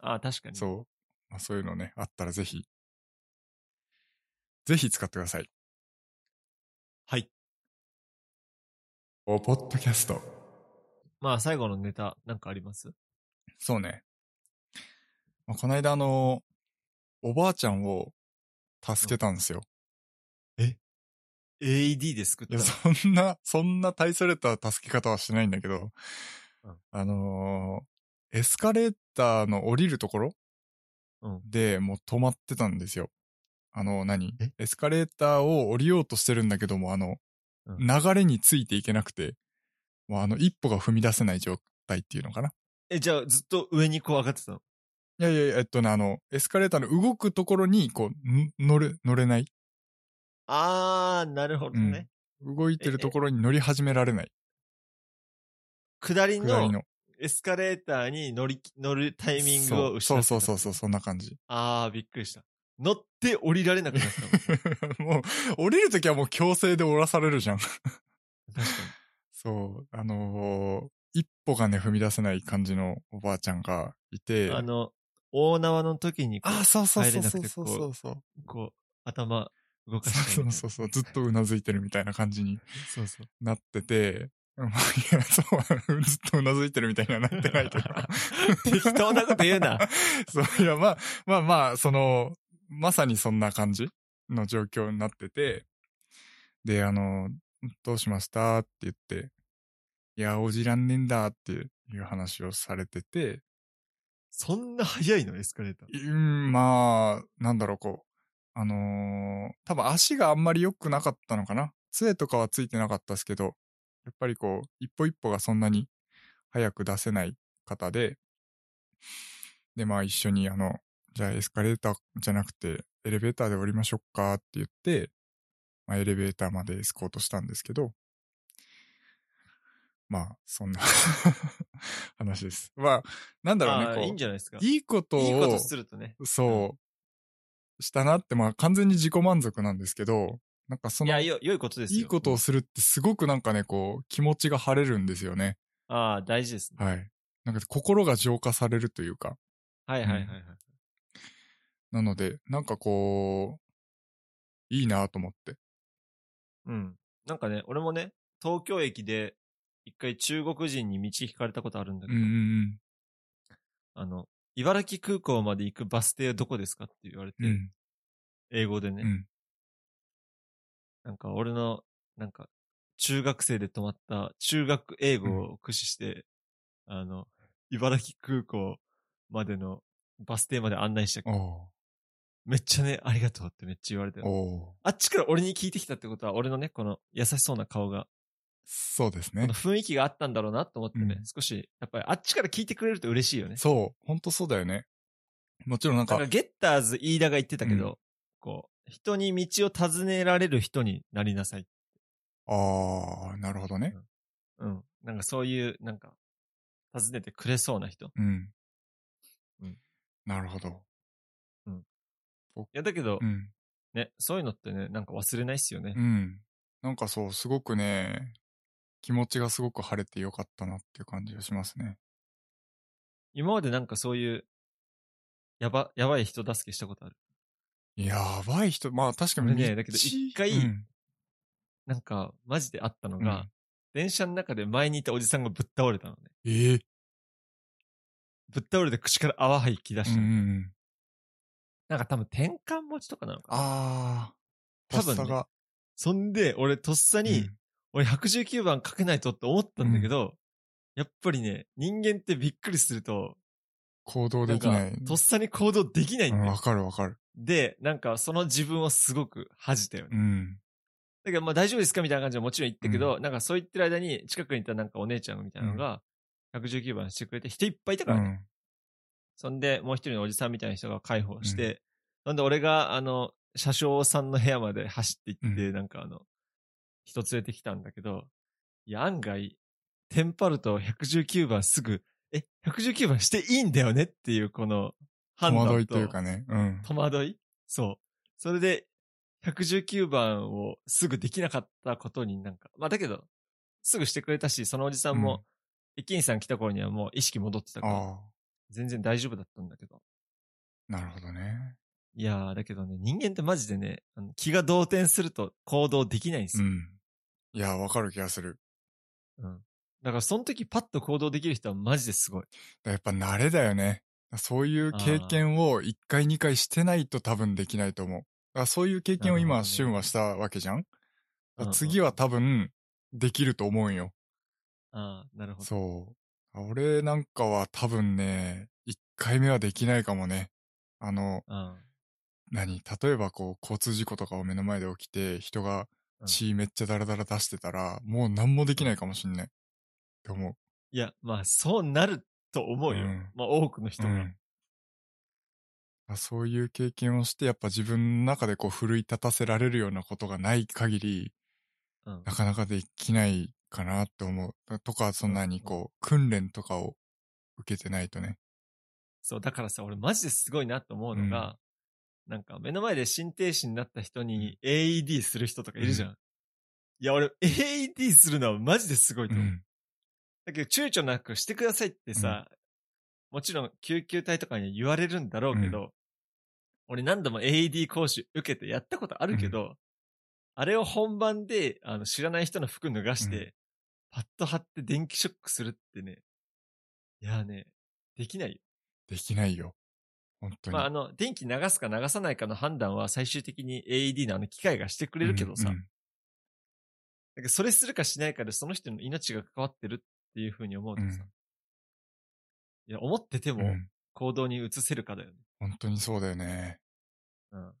ああ、確かに。
そう。まあ、そういうのね、あったらぜひ、ぜひ使ってください。
はい。
お、ポッドキャスト。
まあ、最後のネタ、なんかあります
そうね。まあ、この間あの、おばあちゃんを助けたんですよ。
?AED で作っ
い
た
や、
の。
そんな、そんな大それた助け方はしないんだけど、
うん
あのーエスカレーターの降りるところ、
うん
でもう止まってたんですよ。あの、何
え
エスカレーターを降りようとしてるんだけども、あの、
うん
流れについていけなくて、もうあの、一歩が踏み出せない状態っていうのかな。
え、じゃあ、ずっと上にこう上がってたの
いやいやいや、えっとね、あの、エスカレーターの動くところに、こう、ん乗れ、乗れない。
あー、なるほどね。
動いてるところに乗り始められない。
下り
下り
の
の。
エスカレーターに乗り、乗るタイミングを失
そ
っ
うそう
てた
そうそう、そんな感じ。
あー、びっくりした。乗って降りられなくなってた *laughs* もん確か
*laughs* もう、降りるときはもう強制で降らされるじゃん。
に。
*laughs* そう、あのー一歩がね、踏み出せない感じのおばあちゃんがいて、
あの、大縄の時にこ
あ、そうそうそうそ
入れ
う
なくて
そ
こ
う
う
そうそう。
う、こう頭動かして
そ
み
う
たい
そうそう、ずっとうなずいてるみたいな感じに
なそうそう。
なってて、まあ、いや、そう、 *laughs* ずっとうなずいてるみたいにはなってないけど。
*laughs*
*laughs*
適当なこと言うな。
そう、いや、まあ、まあまあ、その、まさにそんな感じの状況になってて、で、あの、どうしましたって言って、いや、応じらんねえんだっていう話をされてて、
そんな早いのエスカレーター。
うん、まあ、なんだろう、こう。あのー多分足があんまり良くなかったのかな。杖とかはついてなかったですけど、やっぱりこう、一歩一歩がそんなに早く出せない方で、で、まあ一緒に、あの、じゃあエスカレーターじゃなくて、エレベーターで降りましょうかって言って、まあ、エレベーターまでエスコートしたんですけど、まあ、そんな *laughs* 話です。まあ、なんだろうね、
あ
こ
ー
う。
いいんじゃないですか。い
いいことを
いことするとね。
そう、したなって、まあ完全に自己満足なんですけど、なんかそ
い
の、
や、
い
よ、良いことですよ。
いことをするってすごくなんかね、こう、気持ちが晴れるんですよね。
うんああ、大事ですね。
はい。なんか心が浄化されるというか。
はいはいはいはい。
なので、なんかこう、いいなと思って。
うん。なんかね、俺もね、東京駅で、一回中国人に道聞かれたことあるんだ
う
け
んう
ど、
んうん。
あの、茨城空港まで行くバス停はどこですかって言われて、
うん
英語でね、
うん
なんか俺の、なんか、中学生で泊まった中学英語を駆使して、あの、茨城空港までのバス停まで案内して、
お
めっちゃね、ありがとうってめっちゃ言われて
ー、、おー
あっちから俺に聞いてきたってことは、俺のね、この優しそうな顔が、
そうです
こ
ね
の。雰囲気があったんだろうなと思ってね、
うん
少し、やっぱりあっちから聞いてくれると嬉しいよね。
そう、ほんとそうだよね。もちろんなんか、
なんかゲッターズ飯田が言ってたけど、
う
こう、人に道を尋ねられる人になりなさい。
あー、なるほどね。
うん。なんかそういう、なんか、尋ねてくれそうな人。い
うん。
うん
なるほど。
や、だけど、
うん。
ね、そういうのってね、なんか忘れないっすよね。
うん。なんかそう、すごくね、気持ちがすごく晴れてよかったなっていう感じがしますね。
今までなんかそういう、やば、やばい人助けしたことある。
やばい人、まあ確かに
俺ねだけど
道
一回
うん
なんか、マジであったのが、
うん
電車の中で前にいたおじさんがぶっ倒れたのね。
ええ
ぶっ倒れて口から泡吐き出した
うん
の、
うんうん。
なんか多分転換持ちとかなのかな。
あー、
多分ね
とっさが。
そんで、俺とっさに、
うん
俺119番かけないとって思ったんだけど、やっぱりね、人間ってびっくりすると、
行動
な
で
ん
き
か
ない。、
とっさに行動できないん
うん
だ
わ
よ。
かるわかる。
で、なんか、その自分をすごく恥じたよね。
うん。
だけど、まあ大丈夫ですかみたいな感じでもちろん言ったけど、なんかそう言ってる間に、近くにいたなんかお姉ちゃんみたいなのが、119番してくれて、人いっぱいいた
う
からね。
ん。
そんで、もう一人のおじさんみたいな人が介抱して、なんで俺が、あの、車掌さんの部屋まで走って行って、
う
なんかあの、人連れてきたんだけど、いや、案外、テンパると119番すぐ、え、119番していいんだよねっていう、この、判
戸
断と
惑いというかね。うん。
戸惑いそう。それで、119番をすぐできなかったことになんか、まあだけど、すぐしてくれたし、そのおじさん
うん
も、駅員さん来た頃にはもう意識戻ってたから、
あ
全然大丈夫だったんだけど。
ー、なるほどね。
いやー、だけどね、人間ってマジでね、あの気が動転すると行動できないんです
う
よ。
ん。いや、わかる気がする。
うんだからその時パッと行動できる人はマジですごい。
やっぱ慣れだよね。そういう経験を1回2回してないと多分できないと思う。だからそういう経験を
なるほど
今、
ね
シュンはしたわけじゃんだから
うんうん
次は多分できると思うんよ。
ああ、なるほど。
そう。俺なんかは多分ね、1回目はできないかもね。あの、
あ
何例えばこう、交通事故とかを目の前で起きて、人が
うん
血めっちゃダラダラ出してたら、もう何もできないかもしんない。って思う。
いや、まあそうなると思うよ。
うん
まあ多くの人が。
うんあそういう経験をしてやっぱ自分の中でこう奮い立たせられるようなことがない限り
うん
なかなかできないかなって思うだとかそんなにこう訓練とかを受けてないとね
そう、だからさ、俺マジですごいなと思うのが、なんか目の前で心停止になった人に AED する人とかいるじゃん。いや、俺 AED するのはマジですごいと
う
思う。
ん
だけど躊躇なくしてくださいってさ、もちろん救急隊とかに言われるんだろうけど、俺何度も AED 講習受けてやったことあるけど、あれを本番であの知らない人の服脱がして、
うん
パッと貼って電気ショックするってね、いやーね、できないよ。
できないよ本当に、
まあ、あの、電気流すか流さないかの判断は最終的に AED のあの機械がしてく
く
れるけどさ、なんかそれするかしないかでその人の命が関わってるっていうふうに思うとさ、
うん
いや、思ってて
う
も
ん。
行動に移せるかだよね。
本当にそうだよね。
うん。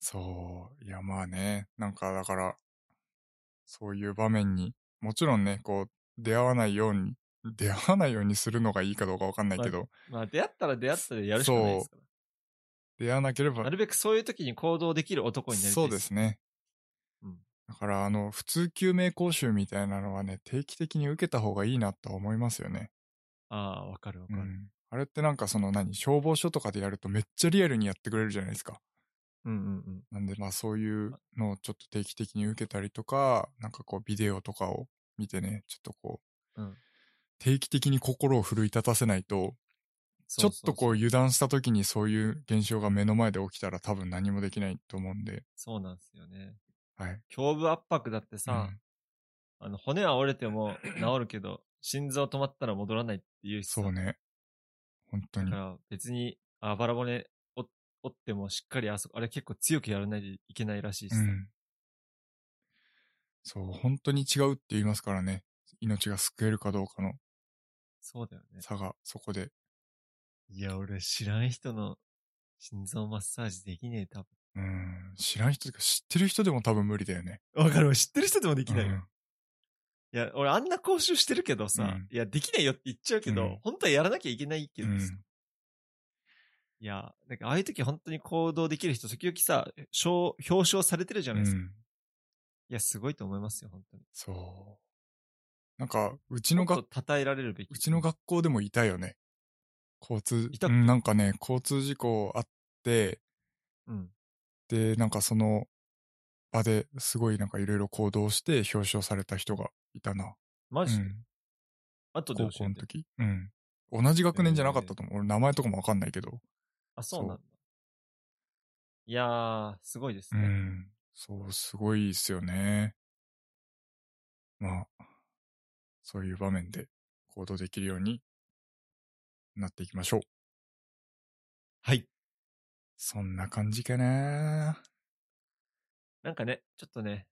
そう。いや、まあね。なんか、だから、そういう場面に、もちろんね、こう、出会わないように、出会わないようにするのがいいかどうかわかんないけど、
まあ、出会ったら出会ったでやるしかないですか
出会わなければ
ら。な、るべくそういう時に行動できる男になりたい。
そうで。すね。
うん
だから、あの、普通救命講習みたいなのはね、定期的に受けた方がいいなとは思いますよね。
ああ、わかるわか
う
る。
ん。あれってなんかその何、消防署とかでやるとめっちゃリアルにやってくれるじゃないですか。
うんうんうん。
なんでまあそういうのをちょっと定期的に受けたりとか、なんかこうビデオとかを見てね、ちょっとこう、
うん
定期的に心を奮い立たせないと、ちょっとこう
う。
油断した時にそういう現象が目の前で起きたら多分何もできないと思うんで、
そうなんですよね。
はい。
胸部圧迫だってさ、
うん
あの、骨は折れても治るけど、心臓止まったら戻らないっていうしさ
そう。ね。本当
だ
に
か。ら別に、あばら骨折折ってもしっかりあそこ、あれ結構強くやらないといけないらしいし
う
さ。
ん。そう、本当に違うって言いますからね。命が救えるかどうかの
そうだよね。
差がそこで。
いや、俺知らん人の心臓マッサージできねえ、多
うん。知らん人というか知ってる人でも多分無理だよね。
分。わかる、俺知ってる人でもできないよ。
うん
いや、俺あんな講習してるけどさ、
うん
いや、できないよって言っちゃうけど、
うん
本当はやらなきゃいけないけどさ、
うん
いや、なんかああいう時本当に行動できる人、時々さ、賞表彰されてるじゃないですか。
うん
いや、すごいと思いますよ、本当に。
そう。なんか、うちの
もっ
学
と、称えられるべき。
うちの学校でもいたよね。交通、
いたっ
う
け
ん、なんかね、交通事故あって、
うん。
で、なんかその場ですごいなんかいろいろ行動して表彰された人がいたな。
マ
う
ジで、
ん、
後で
高
教
校
え
の
て。
時。うん。同じ学年じゃなかったと思う。俺名前とかもわかんないけど。
あ、そうなんだ。いやー、すごいです
う
ね。
ん。そう、すごいですよね。まあ、そういう場面で行動できるようになっていきましょう。
はい。
そんな感じかな。
なんかね、ちょっとね、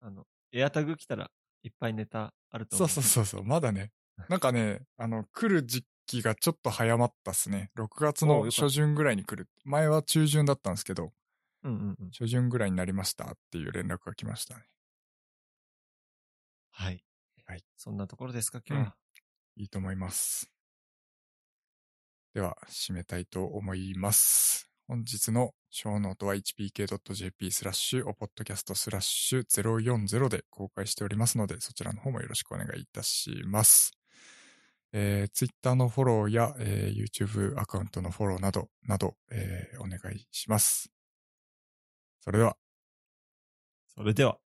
あの、エアタグ来たら、いっぱいネタあると
そ
思う。
うそうそうそう、まだね。なんかね、あの、来る時期がちょっと早まったっすね。6月
おう
の
よかった
初旬ぐらいに来る。前は中旬だったんですけど、
う。うんうんうん。
初旬ぐらいになりましたっていう連絡が来ましたね。
はい。
はい。
そんなところですか、今日は。
いいと思います。では、締めたいと思います。本日の小ノートは hpk.jp スラッシュおポッドキャストスラッシュ040で公開しておりますので、そちらの方もよろしくお願いいたします。えー、Twitter のフォローや、えー YouTube アカウントのフォローなど、など、えーお願いします。それでは。
それでは。